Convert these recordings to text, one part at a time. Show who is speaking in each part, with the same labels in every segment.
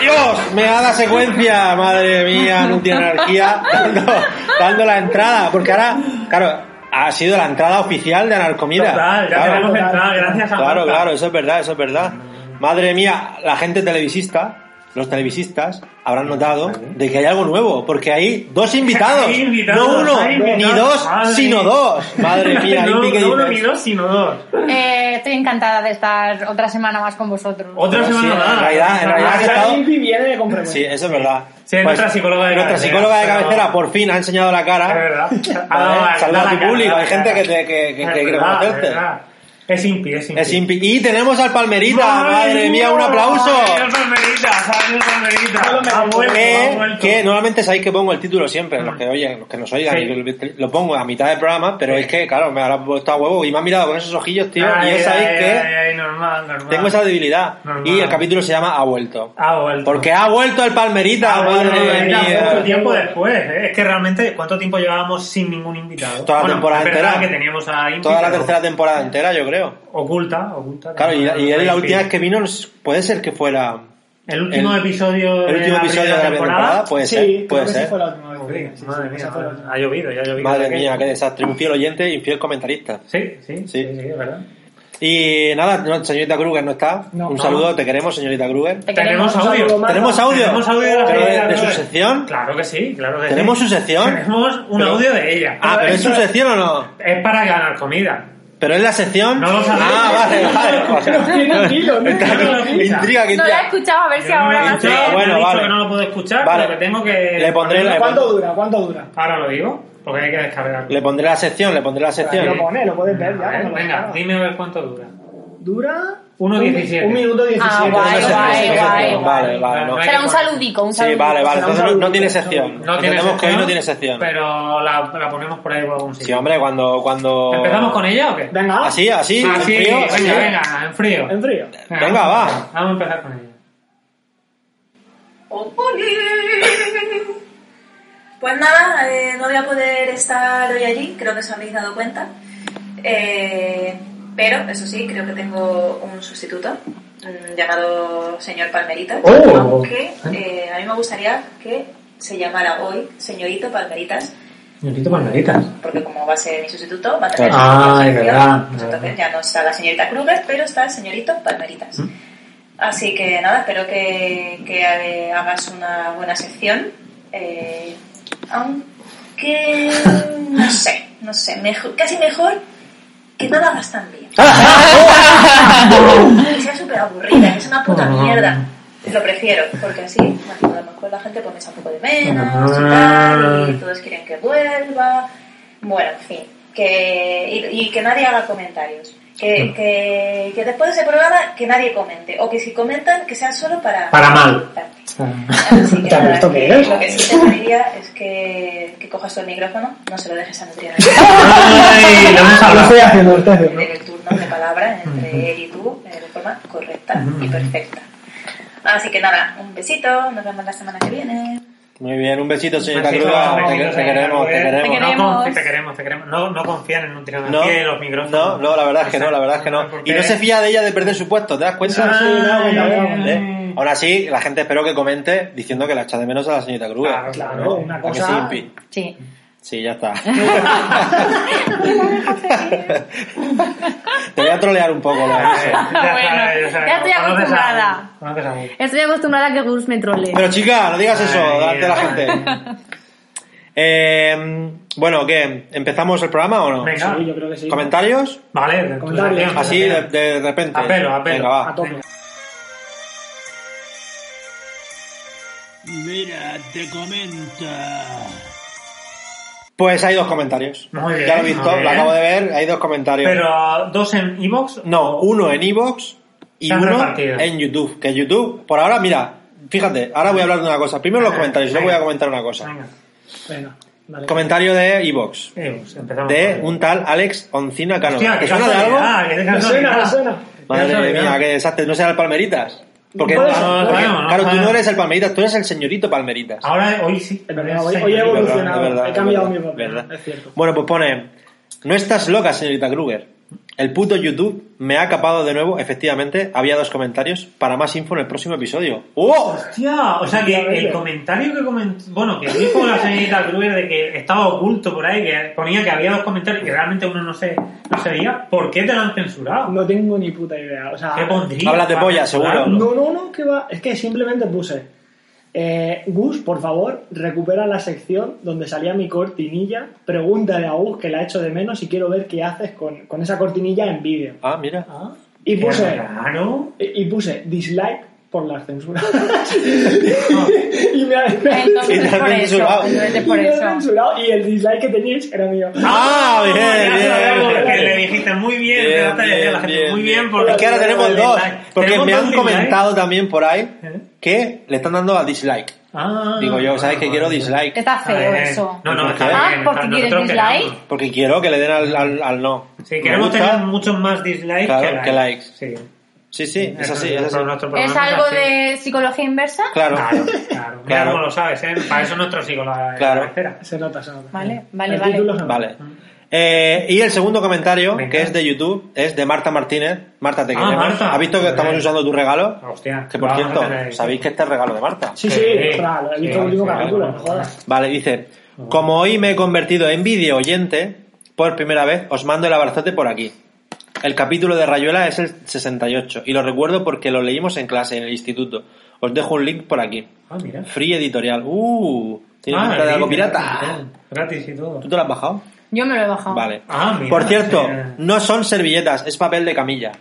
Speaker 1: Dios, me da la secuencia, madre mía, no tiene anarquía, dando, dando la entrada, porque ahora, claro, ha sido la entrada oficial de Anarcomida.
Speaker 2: Total, ya
Speaker 1: Claro,
Speaker 2: tenemos entrada, gracias a
Speaker 1: Claro,
Speaker 2: Marta.
Speaker 1: claro, eso es verdad, eso es verdad. Madre mía, la gente televisista, los televisistas, habrán notado de que hay algo nuevo, porque hay dos invitados.
Speaker 2: Hay invitados,
Speaker 1: no uno,
Speaker 2: hay invitados,
Speaker 1: ni dos,
Speaker 2: madre.
Speaker 1: sino dos. Madre mía,
Speaker 2: no,
Speaker 1: Impi, ¿qué
Speaker 2: no uno
Speaker 1: dices?
Speaker 2: ni dos, sino dos.
Speaker 3: Eh, estoy encantada de estar otra semana más con vosotros.
Speaker 2: Otra
Speaker 1: Sí,
Speaker 2: semana
Speaker 1: en
Speaker 2: más.
Speaker 1: realidad- en realidad
Speaker 2: Ah,
Speaker 1: que está-
Speaker 4: Impi viene de compromiso.
Speaker 1: Sí, eso es verdad. Pues,
Speaker 2: Sí, nuestra psicóloga de
Speaker 1: Nuestra
Speaker 2: cabecera,
Speaker 1: psicóloga de
Speaker 2: pero-
Speaker 1: cabecera por fin ha enseñado la cara.
Speaker 2: Es verdad.
Speaker 1: Ah, Vale,
Speaker 2: Ah,
Speaker 1: saluda
Speaker 2: da
Speaker 1: a
Speaker 2: la
Speaker 1: tu
Speaker 2: cara,
Speaker 1: público,
Speaker 2: da la
Speaker 1: hay gente
Speaker 2: cara.
Speaker 1: que te- que- que-
Speaker 2: Es
Speaker 1: que quiere
Speaker 2: verdad,
Speaker 1: conocerte.
Speaker 2: es verdad. Es impi, es impi.
Speaker 1: Es impi- Y tenemos al Palmerita,
Speaker 2: ¡Madre
Speaker 1: madre mía,
Speaker 2: mía!
Speaker 1: un aplauso.
Speaker 2: ¡Adiós, Palmerita! ¡Adiós, Palmerita!
Speaker 4: Solo me
Speaker 2: Ha vuelto, ha
Speaker 1: Que,
Speaker 2: vuelto.
Speaker 1: que normalmente sabéis que pongo el título siempre, los que oyen, los que nos oigan,
Speaker 2: Sí.
Speaker 1: y lo- lo pongo a mitad del programa, pero es que, claro, me ha puesto a huevo y me ha mirado con esos ojillos, tío,
Speaker 2: Ay,
Speaker 1: y ya sabéis
Speaker 2: ay,
Speaker 1: que
Speaker 2: ay, ay, normal, normal.
Speaker 1: tengo esa debilidad.
Speaker 2: Normal.
Speaker 1: Y el capítulo se llama Ha vuelto.
Speaker 2: Ha vuelto.
Speaker 1: Porque ha vuelto el Palmerita,
Speaker 2: Ah, bueno,
Speaker 1: madre
Speaker 2: mira, mucho
Speaker 1: mía.
Speaker 2: tiempo después. ¿eh? Es que realmente, ¿cuánto tiempo llevábamos sin ningún invitado?
Speaker 1: Toda la
Speaker 2: Bueno,
Speaker 1: temporada
Speaker 2: es verdad
Speaker 1: entera.
Speaker 2: que teníamos a Impi,
Speaker 1: Toda la
Speaker 2: pero
Speaker 1: tercera temporada entera, yo creo.
Speaker 2: Oculta, oculta.
Speaker 1: Claro, y, y él la última vez
Speaker 2: que
Speaker 1: que vino puede ser que fuera
Speaker 2: El último
Speaker 1: el-
Speaker 2: episodio
Speaker 1: el último
Speaker 2: de la
Speaker 1: episodio de la temporada, pues,
Speaker 2: primera temporada.
Speaker 1: puede
Speaker 4: Sí,
Speaker 1: ser,
Speaker 4: creo
Speaker 1: puede
Speaker 4: que esa
Speaker 1: ser.
Speaker 4: fue la última vez que
Speaker 2: Madre
Speaker 4: vine. Sí, sí,
Speaker 2: mía,
Speaker 4: esa fue la última
Speaker 2: ha llovido, ya ha llovido.
Speaker 1: Madre
Speaker 2: ¿Qué?
Speaker 1: mía, qué desastre. Un fiel oyente y un fiel comentarista.
Speaker 2: Sí, sí, sí, sí, es verdad.
Speaker 1: Y nada, no, señorita Kruger no está.
Speaker 4: No.
Speaker 1: un saludo, te queremos, señorita Kruger.
Speaker 3: Te
Speaker 2: Tenemos
Speaker 3: queremos.
Speaker 2: audio.
Speaker 4: Saludo, Marta.
Speaker 1: Tenemos audio.
Speaker 2: Eh, Tenemos audio de la
Speaker 1: Pero de,
Speaker 2: señorita
Speaker 1: de su
Speaker 2: Kruger.
Speaker 1: sección.
Speaker 2: Claro que sí, claro que sí.
Speaker 1: Tenemos su sección.
Speaker 2: Tenemos un
Speaker 1: Pero-
Speaker 2: audio de ella.
Speaker 1: Ah, pero es su sección o no?
Speaker 2: Es para ganar comida.
Speaker 1: Pero es la sección.
Speaker 2: No lo sabemos.
Speaker 1: Ah, vale, vale.
Speaker 4: Tiene un hilo, ¿no?
Speaker 2: No lo escucha.
Speaker 1: Intriga, que
Speaker 3: No la
Speaker 1: intriga.
Speaker 3: he escuchado, a ver si
Speaker 2: Yo no
Speaker 3: ahora
Speaker 2: lo he
Speaker 3: va a
Speaker 2: escuchado,
Speaker 3: ser.
Speaker 1: Bueno,
Speaker 2: me han dicho
Speaker 1: vale.
Speaker 2: que no lo puedo escuchar,
Speaker 1: Vale.
Speaker 2: pero que tengo que...
Speaker 1: Le pondré la-
Speaker 4: ¿Cuánto dura? ¿Cuánto dura?
Speaker 2: Ahora lo digo, porque hay que descargarlo.
Speaker 1: Le pondré la sección, le pondré la
Speaker 4: Lo
Speaker 1: sección.
Speaker 4: pone, lo puedes ver ya.
Speaker 2: A ver,
Speaker 4: cuando lo
Speaker 2: venga,
Speaker 4: haga.
Speaker 2: dime a ver cuánto dura.
Speaker 4: Dura...
Speaker 2: 1.17.
Speaker 4: Un minuto 17.
Speaker 3: Ah, guay,
Speaker 1: Entonces,
Speaker 3: guay,
Speaker 1: sección,
Speaker 3: guay,
Speaker 1: sección. Vale, vale, no.
Speaker 2: Vale.
Speaker 3: Será un saludico, un
Speaker 1: Sí,
Speaker 3: saludico.
Speaker 1: vale, vale.
Speaker 4: Será un
Speaker 1: Entonces no, no
Speaker 4: saludo.
Speaker 1: tiene sección.
Speaker 2: No tiene
Speaker 1: Entendemos
Speaker 2: sección,
Speaker 1: que hoy no tiene sección.
Speaker 2: Pero la, la ponemos por ahí por algún
Speaker 1: Sí,
Speaker 2: sitio.
Speaker 1: hombre, cuando. cuando...
Speaker 2: ¿Empezamos con ella o qué?
Speaker 4: Venga,
Speaker 1: Así, así,
Speaker 2: Ah,
Speaker 1: en
Speaker 2: sí,
Speaker 1: frío,
Speaker 2: venga,
Speaker 1: así.
Speaker 2: venga, en frío.
Speaker 4: en frío.
Speaker 1: Venga,
Speaker 2: vamos a-
Speaker 1: va.
Speaker 2: Vamos a empezar con ella.
Speaker 5: Pues nada, eh, no voy a poder estar hoy allí, creo que os habéis dado cuenta. Eh, pero, eso sí, creo que tengo un sustituto mm, llamado señor Palmeritas.
Speaker 2: ¡Oh!
Speaker 5: Aunque eh, a mí me gustaría que se llamara hoy señorito Palmeritas,
Speaker 2: Señorito Palmeritas.
Speaker 5: porque como va a ser mi sustituto, va a tener
Speaker 2: Claro.
Speaker 5: su propia
Speaker 2: Ah, es
Speaker 5: sección.
Speaker 2: verdad,
Speaker 5: Pues
Speaker 2: es
Speaker 5: Entonces
Speaker 2: verdad.
Speaker 5: ya no está la señorita Kruger, pero está el señorito Palmeritas.
Speaker 2: Mm.
Speaker 5: Así que nada, espero que, que, eh, hagas una buena sección. eh, aunque no sé, no sé, mejor, casi mejor que no la hagas tan bien. que sea súper aburrida, que sea una puta mierda. Lo prefiero, porque así, bueno, a lo mejor la gente pues me echa un poco de menos y
Speaker 2: Ah.
Speaker 5: tal, y todos quieren que vuelva. Bueno, en fin, que, y, y que nadie haga comentarios. Que, que, que después de ese programa que nadie comente, o que si comentan que sea solo para...
Speaker 2: Para mal.
Speaker 5: Así que,
Speaker 4: Ya,
Speaker 5: nada,
Speaker 4: ¿esto
Speaker 5: que
Speaker 4: qué es?
Speaker 5: lo que sí te pediría es que, que cojas tu micrófono, no se lo dejes a Nutriana
Speaker 2: ¡Ay! Lo hemos
Speaker 4: Lo
Speaker 2: hablado.
Speaker 4: estoy haciendo, lo estoy haciendo.
Speaker 5: en el turno de palabra entre él y tú eh, de forma correcta y perfecta. Así que nada, un besito, nos vemos la semana que viene.
Speaker 1: Muy bien, un besito, señorita
Speaker 2: Besito,
Speaker 1: Cruda. Te,
Speaker 2: besito,
Speaker 1: te queremos, te
Speaker 2: señorita
Speaker 1: queremos.
Speaker 2: pues,
Speaker 3: queremos.
Speaker 2: No, con- te queremos, te queremos. No, no confían en un tirano
Speaker 1: No,
Speaker 2: de los
Speaker 1: no,
Speaker 2: micrófonos.
Speaker 1: no, la verdad es que no, la verdad es que no.
Speaker 2: Porque-
Speaker 1: Y no se fía de ella de perder su puesto, ¿te das cuenta?
Speaker 2: Sí, no, bueno, bueno.
Speaker 1: ¿Eh? Aún así, la gente espero que comente diciendo que la echa de menos a la señorita Kruger.
Speaker 2: Claro, claro,
Speaker 1: ¿No?
Speaker 4: una
Speaker 1: ¿A que
Speaker 4: cosa-
Speaker 1: sí, Impi?
Speaker 3: Sí.
Speaker 1: Sí, ya está. Te voy a trolear un poco, lo aviso.
Speaker 3: Bueno, ya estoy acostumbrada. Estoy acostumbrada a que Gus me trole.
Speaker 1: Pero chica, no digas eso
Speaker 2: Ay,
Speaker 1: delante de la
Speaker 2: ay.
Speaker 1: gente. Eh, bueno, ¿qué? ¿Empezamos el programa o no?
Speaker 2: Venga.
Speaker 4: Sí, yo creo que sí.
Speaker 1: ¿Comentarios?
Speaker 2: Vale, pues,
Speaker 4: Comentario.
Speaker 2: entonces,
Speaker 1: Así de, de repente.
Speaker 2: A pelo, a pelo.
Speaker 1: Venga, va.
Speaker 4: A tope.
Speaker 6: Mira, te comenta.
Speaker 1: Pues hay dos comentarios.
Speaker 2: Muy bien,
Speaker 1: ya lo he visto,
Speaker 2: muy
Speaker 1: lo
Speaker 2: bien.
Speaker 1: acabo de ver, hay dos comentarios.
Speaker 2: Pero dos en Evox.
Speaker 1: No, uno en Evox y
Speaker 2: Se han
Speaker 1: uno
Speaker 2: repartido.
Speaker 1: en YouTube. Que YouTube, por ahora, mira, fíjate, ahora voy a hablar de una cosa. Primero los comentarios, luego voy a comentar una cosa.
Speaker 2: Venga.
Speaker 4: Venga, vale.
Speaker 1: Comentario de Evox,
Speaker 2: Eh, pues, empezamos.
Speaker 1: de un tal Alex Oncina Cano.
Speaker 2: Hostia,
Speaker 1: ¿Te
Speaker 2: qué
Speaker 1: suena de algo?
Speaker 2: casualidad, qué
Speaker 4: Me suena, me
Speaker 2: casualidad.
Speaker 4: suena.
Speaker 1: Madre
Speaker 2: Casualidad.
Speaker 1: mía, qué desastre, no será el Palmeritas. Porque,
Speaker 4: No,
Speaker 2: no,
Speaker 1: porque,
Speaker 2: no, no,
Speaker 1: claro, tú
Speaker 2: no.
Speaker 1: no eres el Palmeritas, tú eres el señorito Palmeritas.
Speaker 2: Ahora, hoy sí.
Speaker 4: Es verdad, hoy, hoy he
Speaker 1: verdad,
Speaker 4: evolucionado,
Speaker 1: es verdad,
Speaker 4: he cambiado
Speaker 1: es verdad,
Speaker 4: mi papel,
Speaker 1: es verdad.
Speaker 4: es cierto.
Speaker 1: Bueno, pues pone, no estás loca, señorita Kruger. El puto YouTube me ha capado de nuevo, efectivamente, había dos comentarios para más info en el próximo episodio. ¡Oh!
Speaker 2: Hostia, o sea que el comentario que comentó, bueno, que dijo la señorita Kruger de que estaba oculto por ahí, que ponía que había dos comentarios y que realmente uno no se, no se veía, ¿por qué te lo han censurado?
Speaker 4: No tengo ni puta idea, o sea...
Speaker 2: ¿Qué pondría?
Speaker 1: Hablas de
Speaker 2: para
Speaker 1: polla,
Speaker 2: censurarlo?
Speaker 1: seguro.
Speaker 4: No, no, no, que va. Es que simplemente puse. eh, Gus, por favor, recupera la sección donde salía mi cortinilla. Pregúntale a Gus que la echo de menos y quiero ver qué haces con, con esa cortinilla en vídeo.
Speaker 1: Ah, mira.
Speaker 4: Y
Speaker 2: Qué
Speaker 4: puse, eh,
Speaker 2: raro.
Speaker 4: y, y puse dislike por las censuras. y me, ha- me ha-
Speaker 1: Y te
Speaker 3: Entonces
Speaker 1: han
Speaker 3: por eso.
Speaker 1: censurado.
Speaker 3: Entonces
Speaker 4: y
Speaker 3: Ah. por
Speaker 4: me ha
Speaker 3: eso.
Speaker 4: censurado y el dislike que teníais era mío.
Speaker 1: ¡Ah, bien,
Speaker 2: ya sabemos
Speaker 1: bien!
Speaker 2: que le dijiste muy bien,
Speaker 1: Bien,
Speaker 2: te vas a decir a la gente
Speaker 1: bien,
Speaker 2: muy
Speaker 1: bien.
Speaker 2: bien. porque
Speaker 1: Es que ahora tenemos
Speaker 2: Tenemos
Speaker 1: dos.
Speaker 2: dislike.
Speaker 1: Porque
Speaker 2: Tenemos
Speaker 1: me
Speaker 2: dos
Speaker 1: han
Speaker 2: dislike.
Speaker 1: comentado también por ahí
Speaker 2: ¿Eh?
Speaker 1: que le están dando a dislike.
Speaker 2: Ah,
Speaker 1: Digo yo, ¿sabes que
Speaker 2: bueno,
Speaker 1: quiero
Speaker 2: bueno.
Speaker 1: dislike?
Speaker 3: Está feo
Speaker 2: Eh,
Speaker 3: eso.
Speaker 2: No, no, está
Speaker 1: Ah,
Speaker 2: bien,
Speaker 3: porque
Speaker 2: nosotros
Speaker 3: quieres dislike.
Speaker 2: queremos.
Speaker 1: Porque quiero que le den al, al, al no.
Speaker 2: Sí,
Speaker 1: Me
Speaker 2: queremos
Speaker 1: gusta.
Speaker 2: tener muchos más dislikes
Speaker 1: Claro,
Speaker 2: que, likes.
Speaker 1: que likes.
Speaker 2: Sí,
Speaker 1: Sí, sí, es así, es así.
Speaker 2: Nuestro- nuestro
Speaker 3: ¿Es
Speaker 2: programa
Speaker 3: algo
Speaker 2: así.
Speaker 3: de psicología inversa?
Speaker 1: Claro.
Speaker 2: Claro, claro. Mira
Speaker 1: Claro.
Speaker 2: cómo lo sabes, ¿eh? Para eso nuestro psicólogo.
Speaker 1: Claro.
Speaker 4: Se nota, se nota.
Speaker 3: Vale, vale,
Speaker 4: El
Speaker 3: vale.
Speaker 4: título se nota.
Speaker 1: Vale. Eh, y el segundo comentario,
Speaker 2: Venga.
Speaker 1: que es de YouTube, es de Marta Martínez. Marta, te
Speaker 2: Ah,
Speaker 1: queremos.
Speaker 2: Marta.
Speaker 1: ¿Has visto que estamos usando tu regalo?
Speaker 2: Hostia.
Speaker 1: Que por
Speaker 2: vamos a
Speaker 1: cierto,
Speaker 2: tener ahí.
Speaker 1: sabéis que este es regalo de Marta.
Speaker 4: Sí, sí,
Speaker 2: Sí,
Speaker 4: ostras, lo he visto
Speaker 2: sí,
Speaker 4: el último
Speaker 2: sí,
Speaker 4: capítulo,
Speaker 2: sí.
Speaker 4: no jodas.
Speaker 1: Vale, dice, como hoy me he convertido en video oyente, por primera vez os mando el abrazote por aquí. El capítulo de Rayuela es el 68 y lo recuerdo porque lo leímos en clase, en el instituto. Os dejo un link por aquí.
Speaker 2: Ah, mira.
Speaker 1: Free Editorial. Uh, tiene
Speaker 2: Ah,
Speaker 1: pinta de
Speaker 2: sí,
Speaker 1: algo
Speaker 2: sí,
Speaker 1: pirata.
Speaker 2: sí, Gratis y todo.
Speaker 1: ¿Tú te lo has bajado?
Speaker 3: Yo me lo he bajado.
Speaker 1: Vale.
Speaker 2: Ah, mira.
Speaker 1: Por cierto,
Speaker 2: sí.
Speaker 1: no son servilletas, es papel de camilla.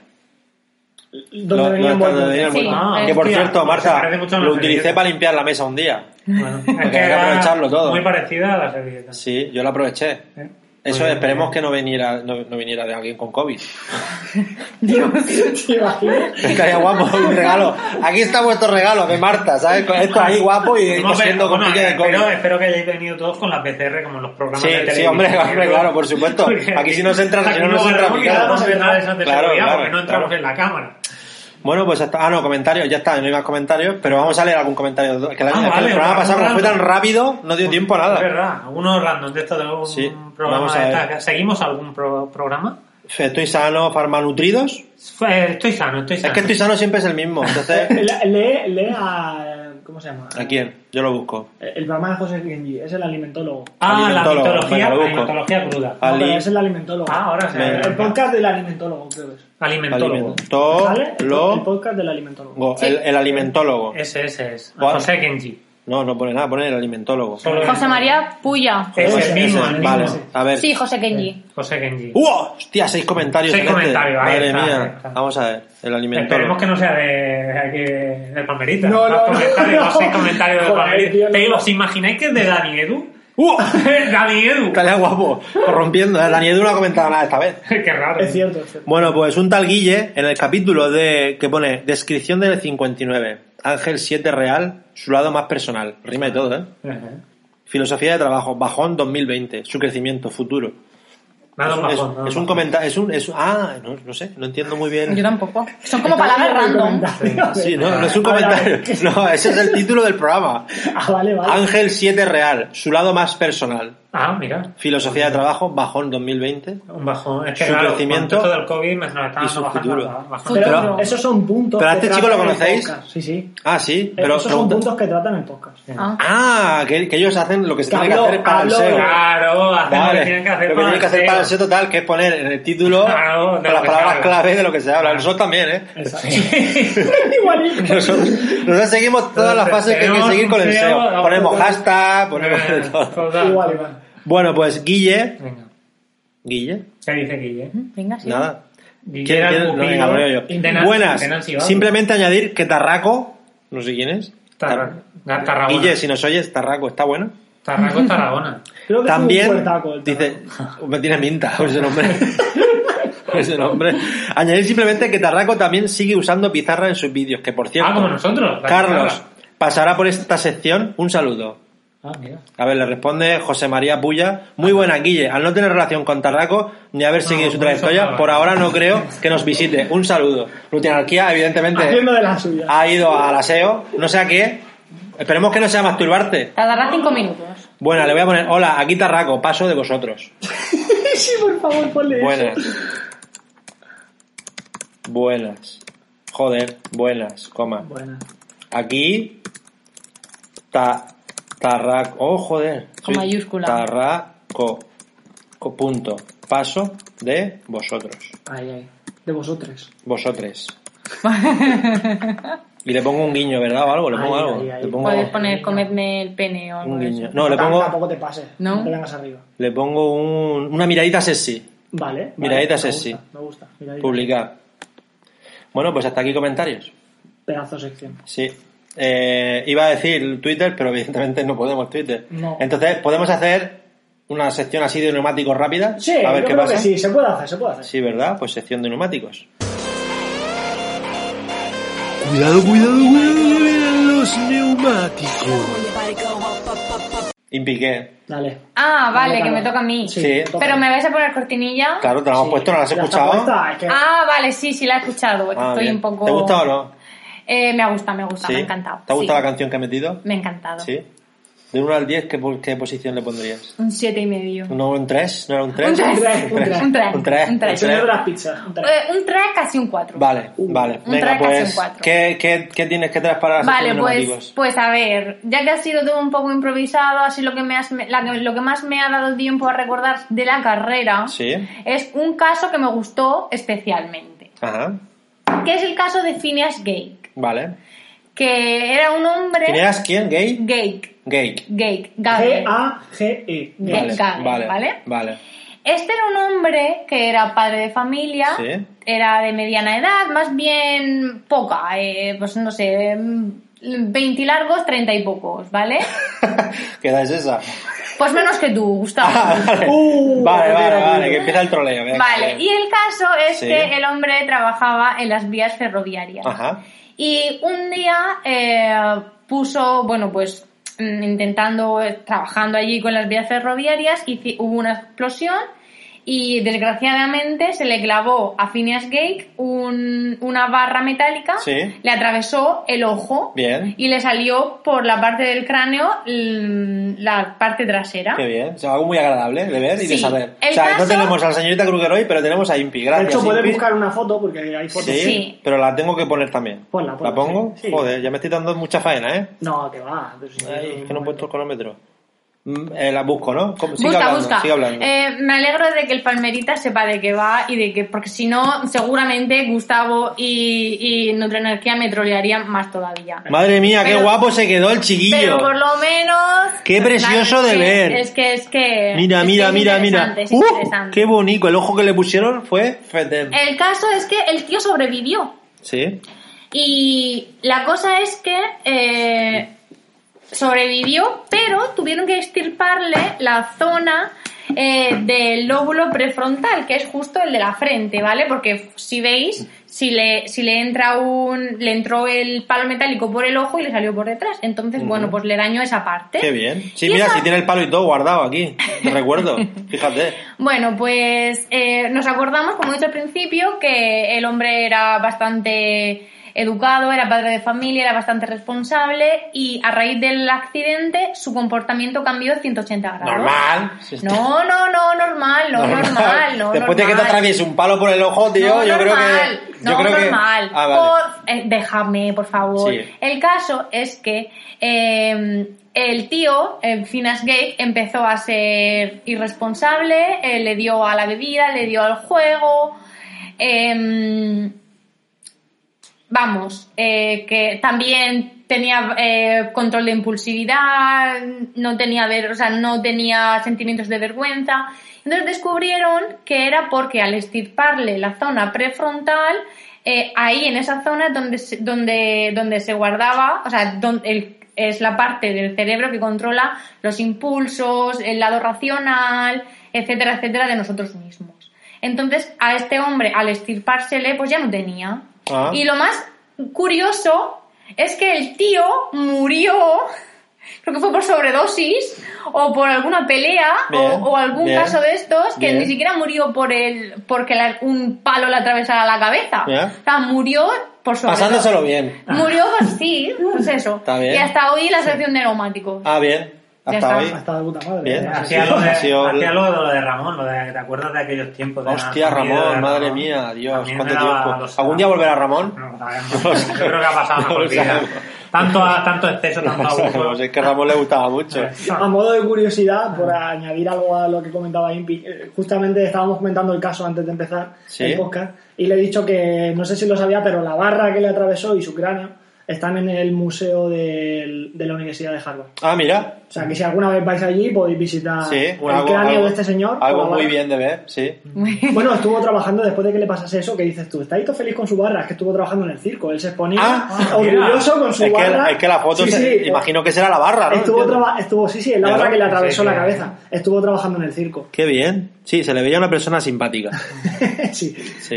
Speaker 4: ¿Dónde
Speaker 1: Lo-
Speaker 4: venía
Speaker 1: lo-
Speaker 4: envuelto?
Speaker 1: donde venía
Speaker 3: Sí,
Speaker 1: envuelto.
Speaker 3: ah,
Speaker 1: que por
Speaker 2: hostia,
Speaker 1: cierto,
Speaker 2: se
Speaker 1: Marta,
Speaker 2: parece mucho a la
Speaker 1: lo utilicé
Speaker 2: servilleta.
Speaker 1: para limpiar la mesa un día.
Speaker 2: Bueno, es
Speaker 1: Porque hay que
Speaker 2: era
Speaker 1: aprovecharlo todo.
Speaker 2: Muy parecida a la servilleta.
Speaker 1: Sí, yo lo aproveché.
Speaker 2: ¿eh?
Speaker 1: Eso
Speaker 2: Muy
Speaker 1: esperemos
Speaker 2: bien.
Speaker 1: que no viniera, no, no viniera de alguien con COVID.
Speaker 4: ¿Te imaginas?
Speaker 1: Estaría guapo, un regalo. Aquí está vuestro regalo de Marta, ¿sabes? Con Esto ahí guapo y
Speaker 2: Hemos
Speaker 1: cosiendo
Speaker 2: venido-
Speaker 1: con
Speaker 2: bueno, eh,
Speaker 1: pique de
Speaker 2: espero,
Speaker 1: COVID.
Speaker 2: espero que hayáis venido todos con las PCR como en los programas
Speaker 1: Sí,
Speaker 2: de
Speaker 1: sí,
Speaker 2: televisión.
Speaker 1: hombre, hombre, claro, por supuesto.
Speaker 2: Porque
Speaker 1: Aquí sí nos entran,
Speaker 2: aquí
Speaker 1: si no nos
Speaker 2: luego
Speaker 1: entran
Speaker 2: tenemos que
Speaker 1: picados.
Speaker 2: darnos entradas esas de
Speaker 1: Claro,
Speaker 2: seguridad
Speaker 1: claro,
Speaker 2: porque no entramos
Speaker 1: claro.
Speaker 2: en la cámara.
Speaker 1: Bueno, pues hasta. Ah, no, comentarios, ya está, no hay más comentarios, pero vamos a leer algún comentario. Que la,
Speaker 2: Ah,
Speaker 1: es que
Speaker 2: vale,
Speaker 1: el programa
Speaker 2: vale, Pues,
Speaker 1: pasado, como fue tan
Speaker 2: random.
Speaker 1: rápido, no dio tiempo a
Speaker 2: Es
Speaker 1: nada.
Speaker 2: verdad, algunos random de estos de algún
Speaker 1: Sí, vamos
Speaker 2: programa.
Speaker 1: a
Speaker 2: de
Speaker 1: ver.
Speaker 2: estas. ¿Seguimos algún pro- programa?
Speaker 1: Estoy sano, farmanutridos.
Speaker 2: Eh, Estoy sano, estoy sano.
Speaker 1: Es que estoy sano siempre es el mismo, entonces.
Speaker 4: Eh, Le- Lee, lee a. ¿Cómo se llama?
Speaker 1: ¿A quién? Yo lo busco.
Speaker 4: El programa de José Genji, es el alimentólogo.
Speaker 2: Ah, la
Speaker 1: Alimentólogo. Venga,
Speaker 2: mitología,
Speaker 1: lo
Speaker 2: la
Speaker 1: busco.
Speaker 2: mitología cruda.
Speaker 1: Ah.
Speaker 4: No,
Speaker 1: Ali-
Speaker 4: pero es el alimentólogo.
Speaker 2: Ah, ahora se
Speaker 1: Venga.
Speaker 4: El podcast del alimentólogo, creo que es.
Speaker 2: Alimentólogo.
Speaker 4: ¿Vale? El, el
Speaker 1: Alimentólogo.
Speaker 4: podcast del alimentólogo.
Speaker 1: Go- El, el alimentólogo.
Speaker 2: Ese, ese es.
Speaker 1: Vale.
Speaker 2: José Kenji.
Speaker 1: No, no pone nada, pone el alimentólogo.
Speaker 2: Solo-
Speaker 3: José María Puya.
Speaker 2: Es
Speaker 1: Ese,
Speaker 2: el mismo,
Speaker 1: ese,
Speaker 2: el mismo.
Speaker 1: Vale, a ver.
Speaker 3: Sí, José Kenji.
Speaker 2: José Kenji.
Speaker 1: ¡Uh! Hostia, seis comentarios.
Speaker 2: Seis
Speaker 1: gente.
Speaker 2: comentarios, ahí
Speaker 1: Madre
Speaker 2: está, ahí
Speaker 1: mía.
Speaker 2: está.
Speaker 1: Vamos a ver. El
Speaker 2: Esperemos
Speaker 1: alimentólogo.
Speaker 2: que no sea de, de, de Palmerita.
Speaker 4: No, no,
Speaker 2: Los
Speaker 4: no,
Speaker 2: comentarios,
Speaker 4: no.
Speaker 2: los seis comentarios de
Speaker 4: Joder,
Speaker 2: Palmerita.
Speaker 4: tío, no.
Speaker 2: Te digo, ¿os imagináis que es de Dani Edu?
Speaker 1: ¡Uh!
Speaker 2: Dani Edu.
Speaker 1: Estaría guapo. Corrompiendo. ¿eh? Daniel no ha comentado nada esta vez.
Speaker 2: Qué raro.
Speaker 4: Es cierto, es cierto.
Speaker 1: Bueno, pues un tal Guille, en el capítulo de que pone Descripción del 59, Ángel 7 Real, su lado más personal, rima y todo, ¿eh?
Speaker 2: Ajá.
Speaker 1: Filosofía de trabajo, bajón 2020, su crecimiento, futuro.
Speaker 2: Nada
Speaker 1: es,
Speaker 2: más.
Speaker 1: es-
Speaker 2: nada
Speaker 1: es un
Speaker 2: más.
Speaker 1: comentario, es un, es, ah, no, no sé, no entiendo muy
Speaker 3: Yo
Speaker 1: bien.
Speaker 3: tampoco. Son como palabras random.
Speaker 1: Sí, no, no es un comentario, no, ese es el título del programa.
Speaker 4: Ah, vale, vale.
Speaker 1: Ángel 7 Real, su lado más personal,
Speaker 2: Ah, mira.
Speaker 1: filosofía de trabajo, bajón 2020.
Speaker 2: Un bajón. Es que
Speaker 1: Su
Speaker 2: claro,
Speaker 1: crecimiento
Speaker 2: con todo el COVID me estaba dando
Speaker 1: y su
Speaker 2: bajando
Speaker 1: futuro.
Speaker 2: la- bajando
Speaker 4: Pero,
Speaker 1: Pero-
Speaker 4: esos son puntos.
Speaker 1: pero a
Speaker 4: que
Speaker 1: este chico lo
Speaker 4: tratan el
Speaker 1: conocéis.
Speaker 4: podcast. Sí, sí.
Speaker 1: Ah,
Speaker 2: Eh,
Speaker 1: sí, pero
Speaker 4: esos son
Speaker 1: pregunta-
Speaker 4: puntos que tratan el podcast.
Speaker 3: Ah.
Speaker 1: Ah, que, que ellos hacen lo que se
Speaker 4: Que
Speaker 1: tiene que
Speaker 4: habló-
Speaker 1: hacer para el
Speaker 4: habló-
Speaker 1: SEO.
Speaker 2: Claro, hacen lo
Speaker 1: Vale.
Speaker 2: que tienen que hacer
Speaker 1: Lo que
Speaker 2: para
Speaker 1: tienen que hacer
Speaker 2: el
Speaker 1: para el
Speaker 2: SEO.
Speaker 1: SEO total, que es poner en el título
Speaker 2: Claro, de
Speaker 1: con
Speaker 2: lo
Speaker 1: las
Speaker 2: que
Speaker 1: palabras
Speaker 2: se habla.
Speaker 1: clave de lo que se habla. Nosotros también, ¿eh?
Speaker 4: Igualito.
Speaker 1: Nosotros, nosotros seguimos todas las fases que hay que
Speaker 2: Tenemos
Speaker 1: seguir con el
Speaker 2: un Eh.
Speaker 1: SEO.
Speaker 2: SEO,
Speaker 1: Ponemos
Speaker 2: total.
Speaker 1: hashtag, ponemos de
Speaker 2: Eh,
Speaker 1: todo.
Speaker 2: total.
Speaker 4: Igual, igual.
Speaker 1: Bueno, pues Guille.
Speaker 2: Venga.
Speaker 1: Guille,
Speaker 2: ¿Qué dice Guille?
Speaker 3: Venga, sí.
Speaker 1: nada.
Speaker 2: Guille
Speaker 1: ¿Quién-
Speaker 2: era el
Speaker 1: quién- no,
Speaker 2: pupilo
Speaker 1: venga, lo leo yo.
Speaker 2: de Nancy-
Speaker 1: Buenas.
Speaker 2: de Nancy Vázquez.
Speaker 1: Simplemente añadir que Tarraco, no sé quién es.
Speaker 2: Tarra- Ah, Tarragona.
Speaker 1: Guille, si nos oyes, Tarraco, ¿está bueno?
Speaker 2: Tarraco es Tarragona.
Speaker 4: Creo que es un
Speaker 1: También
Speaker 4: puertaco el Tarraco.
Speaker 1: dice, me tiene minta por ese nombre. Por ese nombre. Añadir simplemente que Tarraco también sigue usando pizarra en sus vídeos, que por cierto,
Speaker 2: Ah, como nosotros. la
Speaker 1: Carlos
Speaker 2: guitarra.
Speaker 1: pasará por esta sección. Un saludo.
Speaker 2: Ah, mira.
Speaker 1: A ver, le responde José María Puya. Muy buena, Guille. Al no tener relación con Tarraco ni haber seguido su
Speaker 2: por eso
Speaker 1: trayectoria,
Speaker 2: nada.
Speaker 1: por ahora no creo que nos visite. Un saludo. Rutinarquía,
Speaker 4: Haciendo
Speaker 1: evidentemente,
Speaker 4: de la suya.
Speaker 1: ha ido al aseo. No sé a qué. Esperemos que no sea masturbarte.
Speaker 3: Tardará cinco minutos.
Speaker 1: Bueno, le voy a poner, hola, aquí Tarraco, paso de vosotros.
Speaker 4: sí, por favor, ponle
Speaker 1: Buenas.
Speaker 4: eso.
Speaker 1: Buenas. Joder, buenas, coma.
Speaker 4: Buenas.
Speaker 1: Aquí. Ta, tarraco. Oh, joder. Soy
Speaker 3: Con mayúscula.
Speaker 1: Tarraco. co- Punto. Paso de vosotros.
Speaker 4: Ahí, ahí. De vosotros.
Speaker 1: Vosotres. y le pongo un guiño, ¿verdad? O algo, le pongo
Speaker 4: Ahí,
Speaker 1: algo.
Speaker 4: ahí, ahí.
Speaker 1: Le pongo
Speaker 3: Podéis poner comedme el pene o algo
Speaker 1: un
Speaker 3: de
Speaker 1: guiño.
Speaker 3: eso.
Speaker 1: No, le
Speaker 4: Tam-
Speaker 1: pongo,
Speaker 4: Tampoco te pases.
Speaker 3: ¿No?
Speaker 4: te vengas arriba.
Speaker 1: le pongo un- una miradita sexy.
Speaker 4: Vale. vale,
Speaker 1: Miradita
Speaker 4: me
Speaker 1: sexy.
Speaker 4: gusta, Me gusta. Miradita.
Speaker 1: Publicar. Bueno, pues hasta aquí comentarios.
Speaker 4: Pedazo de sección.
Speaker 1: Sí. Eh, iba a decir Twitter, pero evidentemente no podemos Twitter.
Speaker 4: No.
Speaker 1: Entonces, ¿podemos hacer una sección así de neumáticos rápida?
Speaker 4: Sí,
Speaker 1: a ver
Speaker 4: yo
Speaker 1: qué
Speaker 4: creo
Speaker 1: pasa.
Speaker 4: que sí, se puede hacer, se puede hacer.
Speaker 1: Sí, ¿verdad? Pues sección de neumáticos.
Speaker 6: Cuidado, cuidado, cuidado, los neumáticos.
Speaker 1: Impiqué.
Speaker 4: Dale.
Speaker 3: Ah, vale,
Speaker 4: Dale,
Speaker 3: que
Speaker 4: dale.
Speaker 3: me toca a mí.
Speaker 4: Sí,
Speaker 1: Sí.
Speaker 4: toca.
Speaker 3: Pero me vais a poner cortinilla.
Speaker 1: Claro, te la hemos
Speaker 4: Sí,
Speaker 1: puesto, no la has
Speaker 4: ya está
Speaker 1: escuchado.
Speaker 4: puesta, es que-
Speaker 3: Ah, vale, sí, sí, la he escuchado. es que
Speaker 1: Ah,
Speaker 3: estoy
Speaker 1: bien.
Speaker 3: un poco.
Speaker 1: ¿Te gusta o no?
Speaker 3: Eh, me ha gustado, me ha gustado,
Speaker 1: Sí.
Speaker 3: me ha encantado.
Speaker 1: ¿Te ha gustado
Speaker 3: Sí.
Speaker 1: la canción que he metido?
Speaker 3: Me ha encantado.
Speaker 1: Sí. De 1 al 10, ¿qué, po- qué posición le pondrías?
Speaker 3: Un siete y medio. Un
Speaker 1: ¿No un 3? ¿No era un 3?
Speaker 3: tres.
Speaker 4: tres, un tres.
Speaker 3: Un tres.
Speaker 1: Un tres.
Speaker 3: Un tres.
Speaker 1: Un
Speaker 4: Señor de las pizzas. un tres.
Speaker 3: Eh, un tres, casi un cuatro.
Speaker 1: Vale, vale.
Speaker 3: Un
Speaker 1: Venga,
Speaker 3: tres, casi un
Speaker 1: pues.
Speaker 3: cuatro.
Speaker 1: ¿qué, qué, qué tienes que traer para la sección
Speaker 3: Vale,
Speaker 1: de
Speaker 3: pues,
Speaker 1: neumáticos?
Speaker 3: pues a ver, ya que ha sido todo un poco improvisado, así lo que, me has- la que- lo que más me ha dado tiempo a recordar de la carrera
Speaker 1: Sí.
Speaker 3: es un caso que me gustó especialmente,
Speaker 1: Ajá.
Speaker 3: que es el caso de Phineas Gage,
Speaker 1: Vale.
Speaker 3: que era un hombre...
Speaker 1: ¿Quién eras? ¿Quién? ¿Gay?
Speaker 3: Gage,
Speaker 1: Gay.
Speaker 3: Gage, Gage.
Speaker 4: G-A-G-E.
Speaker 3: Bien, Gale, ¿vale?
Speaker 1: Vale.
Speaker 3: Este era un hombre que era padre de familia,
Speaker 1: Sí.
Speaker 3: era de mediana edad, más bien poca, eh, pues no sé, mm, 20 largos, 30 y pocos, ¿vale?
Speaker 1: ¿Qué edad es esa?
Speaker 3: Pues menos que tú, Gustavo.
Speaker 1: Ah, vale.
Speaker 4: Uh,
Speaker 1: vale,
Speaker 4: mira,
Speaker 1: vale,
Speaker 4: mira.
Speaker 1: vale, que empieza el troleo. venga.
Speaker 3: ¿eh? Vale, y el caso es
Speaker 1: Sí.
Speaker 3: que el hombre trabajaba en las vías ferroviarias.
Speaker 1: Ajá.
Speaker 3: Y un día eh, puso, bueno, pues mm, intentando, eh, trabajando allí con las vías ferroviarias, hici- hubo una explosión y desgraciadamente se le clavó a Phineas Gage un- una barra metálica,
Speaker 1: Sí.
Speaker 3: le atravesó el ojo
Speaker 1: Bien.
Speaker 3: y le salió por la parte del cráneo mm, la parte trasera.
Speaker 1: Qué bien. O sea, algo muy agradable de ver y de
Speaker 3: Sí.
Speaker 1: saber.
Speaker 3: El
Speaker 1: o sea, no
Speaker 3: caso-
Speaker 1: tenemos a la señorita Kruger hoy, pero tenemos a Impi.
Speaker 4: De
Speaker 1: Gracias.
Speaker 4: hecho, puedes
Speaker 1: Impi.
Speaker 4: buscar una foto porque hay fotos.
Speaker 1: Sí,
Speaker 3: Sí.
Speaker 1: pero la tengo que poner también.
Speaker 4: Ponla, ponla,
Speaker 1: ¿La pongo?
Speaker 4: sí, sí.
Speaker 1: Joder, ya me estoy dando mucha faena, ¿eh?
Speaker 4: No, que va. pero si-
Speaker 1: Ay, es que no he puesto el cronómetro. Mm, eh, la busco, ¿no? ¿Cómo- Sigue
Speaker 3: busca,
Speaker 1: hablando,
Speaker 3: busca.
Speaker 1: sigue hablando.
Speaker 3: Eh, me alegro de que el palmerita sepa de qué va y de que, porque si no, seguramente Gustavo y, y Neutronerquía me trolearían más todavía.
Speaker 1: Madre mía, qué
Speaker 3: pero-
Speaker 1: guapo se quedó el chiquillo.
Speaker 3: Pero por lo menos.
Speaker 1: Qué precioso
Speaker 3: Claro, es
Speaker 1: de
Speaker 3: que-
Speaker 1: ver.
Speaker 3: Es que, es que.
Speaker 1: Mira,
Speaker 3: Eh, es
Speaker 1: mira,
Speaker 3: que
Speaker 1: mira,
Speaker 3: es
Speaker 1: mira.
Speaker 3: interesante, es
Speaker 1: ¡Uh!
Speaker 3: interesante. Eh,
Speaker 1: qué bonito. El ojo que le pusieron fue fetén.
Speaker 3: El caso es que el tío sobrevivió.
Speaker 1: Sí.
Speaker 3: Y la cosa es que eh, sobrevivió, pero tuvieron que extirparle la zona eh, del lóbulo prefrontal, que es justo el de la frente, ¿vale? Porque si veis, si le, si le entra un. le entró el palo metálico por el ojo y le salió por detrás. Entonces, bueno, pues le dañó esa parte.
Speaker 1: Qué bien. Sí,
Speaker 3: Y
Speaker 1: mira,
Speaker 3: esa-
Speaker 1: si tiene el palo y todo guardado aquí. Te recuerdo. Fíjate.
Speaker 3: Bueno, pues eh, nos acordamos, como he dicho al principio, que el hombre era bastante educado, era padre de familia, era bastante responsable y a raíz del accidente su comportamiento cambió 180 grados.
Speaker 1: Normal.
Speaker 3: No, no, no, normal, no, normal, no,
Speaker 1: Después de que te
Speaker 3: normal.
Speaker 1: atraviese un palo por el ojo, tío,
Speaker 3: No,
Speaker 1: yo
Speaker 3: normal,
Speaker 1: creo que.
Speaker 3: no,
Speaker 1: yo creo que-
Speaker 3: normal.
Speaker 1: Ah, vale.
Speaker 3: Por- eh, déjame, por favor.
Speaker 1: Sí.
Speaker 3: El caso es que eh, el tío, eh, Finas Gate, empezó a ser irresponsable, eh, le dio a la bebida, le dio al juego. eh, vamos, eh, que también tenía eh, control de impulsividad, no tenía ver, o sea, no tenía sentimientos de vergüenza. Entonces descubrieron que era porque al estirparle la zona prefrontal, eh, ahí en esa zona donde se, donde, donde se guardaba, o sea, don- el, es la parte del cerebro que controla los impulsos, el lado racional, etcétera, etcétera, de nosotros mismos. Entonces, a este hombre, al estirpársele, pues ya no tenía.
Speaker 1: Ah.
Speaker 3: Y lo más curioso es que el tío murió, creo que fue por sobredosis, o por alguna pelea,
Speaker 1: Bien,
Speaker 3: o, o algún
Speaker 1: bien,
Speaker 3: caso de estos, que
Speaker 1: bien.
Speaker 3: ni siquiera murió por el, porque la- un palo le atravesara la cabeza.
Speaker 1: Bien.
Speaker 3: O sea, murió por sobredosis.
Speaker 1: Pasándoselo bien.
Speaker 3: Murió, pues sí, pues eso.
Speaker 1: Está bien.
Speaker 3: Y hasta hoy la sección de neumáticos.
Speaker 1: Ah, bien.
Speaker 3: Ya
Speaker 1: Hasta
Speaker 3: está.
Speaker 1: hoy.
Speaker 4: Hasta de puta madre.
Speaker 1: Bien.
Speaker 4: Así
Speaker 2: Hacía lo, de,
Speaker 1: Ha sido-
Speaker 2: hacía lo de, lo de Ramón, lo de, ¿te acuerdas de aquellos tiempos? De la
Speaker 1: Hostia,
Speaker 2: familia de
Speaker 1: Ramón, madre
Speaker 2: Ramón?
Speaker 1: mía, Dios,
Speaker 2: También
Speaker 1: cuánto
Speaker 2: me daba los-
Speaker 1: tiempo. ¿Algún día volverá Ramón?
Speaker 2: No, sabemos. Yo creo que ha pasado
Speaker 1: No lo
Speaker 2: por vida.
Speaker 1: sabemos.
Speaker 2: Tanto, a- tanto exceso, tanto
Speaker 1: No
Speaker 2: abuso.
Speaker 1: sabemos, es que a Ramón le gustaba mucho.
Speaker 4: A modo de curiosidad, por añadir algo a lo que comentaba Impi, eh, justamente estábamos comentando el caso antes de empezar
Speaker 1: Sí.
Speaker 4: el podcast y le he dicho que, no sé si lo sabía, pero la barra que le atravesó y su cráneo están en el museo del- de la Universidad de Harvard.
Speaker 1: Ah, mira.
Speaker 4: O sea, que si alguna vez vais allí podéis visitar
Speaker 1: Sí,
Speaker 4: el
Speaker 1: algo-
Speaker 4: cráneo
Speaker 1: algo-
Speaker 4: de este señor. con
Speaker 1: Algo
Speaker 4: la
Speaker 1: muy
Speaker 4: barra.
Speaker 1: bien de ver, sí.
Speaker 4: Bueno, estuvo trabajando después de que le pasase eso, que dices tú, ¿estáis todo feliz con su barra? Es que estuvo trabajando en el circo, él se exponía
Speaker 1: Ah,
Speaker 4: orgulloso con su
Speaker 1: Es que,
Speaker 4: barra.
Speaker 1: es que la foto,
Speaker 4: Sí,
Speaker 1: se-
Speaker 4: sí,
Speaker 1: imagino que será la barra, ¿no?
Speaker 4: Estuvo,
Speaker 1: Entiendo.
Speaker 4: traba- estuvo, sí, sí, es la
Speaker 1: Ya,
Speaker 4: barra que le
Speaker 2: sí,
Speaker 4: atravesó
Speaker 2: sí,
Speaker 4: la
Speaker 2: sí.
Speaker 4: cabeza. Estuvo trabajando en el circo.
Speaker 1: Qué bien. Sí, se le veía una persona simpática.
Speaker 4: sí.
Speaker 1: Sí.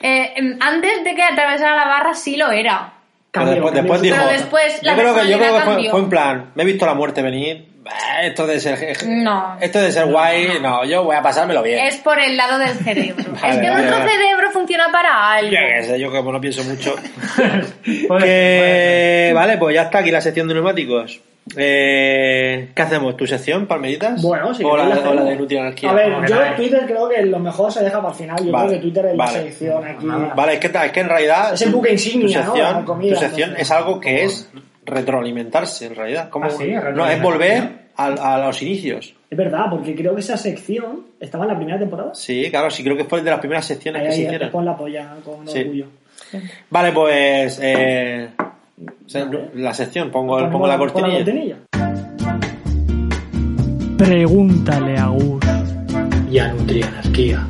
Speaker 3: Eh, em, antes de que atravesara la barra sí lo era.
Speaker 4: Cambió,
Speaker 1: Pero después,
Speaker 4: cambió
Speaker 1: después
Speaker 4: su-
Speaker 1: dijo, yo creo
Speaker 3: Pero después la
Speaker 1: que, yo creo
Speaker 3: personalidad
Speaker 1: que fue,
Speaker 3: cambió.
Speaker 1: fue en plan, me he visto la muerte venir, bah, esto de ser
Speaker 3: No.
Speaker 1: esto de ser guay, no, yo voy a pasármelo bien.
Speaker 3: Es por el lado del cerebro.
Speaker 1: Vale,
Speaker 3: es que
Speaker 1: vale,
Speaker 3: nuestro
Speaker 1: vale.
Speaker 3: cerebro funciona para algo.
Speaker 1: Yo qué sé, yo como no pienso mucho.
Speaker 2: Puede ser,
Speaker 1: Que- vale, pues ya está aquí la sección de neumáticos. Eh, ¿Qué hacemos? ¿Tu sección, palmeritas?
Speaker 4: Bueno, sí.
Speaker 1: o la,
Speaker 4: la
Speaker 1: o la
Speaker 4: hacemos.
Speaker 1: de inútil anarquía.
Speaker 4: A
Speaker 2: Como
Speaker 4: ver,
Speaker 2: que
Speaker 4: yo
Speaker 2: nadie.
Speaker 4: Twitter creo que lo mejor se deja para el final. Yo
Speaker 1: Vale,
Speaker 4: creo que Twitter es la
Speaker 1: vale.
Speaker 4: sección aquí.
Speaker 1: Mm, Vale, es que, es que en realidad.
Speaker 4: Es el buque insignia,
Speaker 1: Tu
Speaker 4: ¿no?
Speaker 1: sección,
Speaker 4: La comida,
Speaker 1: tu sección
Speaker 4: entonces.
Speaker 1: es algo que es retroalimentarse, en realidad. Como,
Speaker 2: Ah, sí,
Speaker 1: no, es
Speaker 2: retroalimentación.
Speaker 1: volver al- a, los inicios.
Speaker 4: Es verdad, porque creo que esa sección estaba en la primera temporada.
Speaker 1: Sí, claro, sí, creo que fue de las primeras secciones
Speaker 4: Ahí,
Speaker 1: que se
Speaker 4: ahí,
Speaker 1: hicieron.
Speaker 4: con la polla, con
Speaker 1: Sí.
Speaker 4: orgullo.
Speaker 1: Vale, pues. eh, se- La sección, pongo,
Speaker 4: Ponemos
Speaker 1: pongo la
Speaker 4: con
Speaker 1: cortinilla.
Speaker 4: Pregúntale a Gus.
Speaker 2: Y a Nutrianarquía.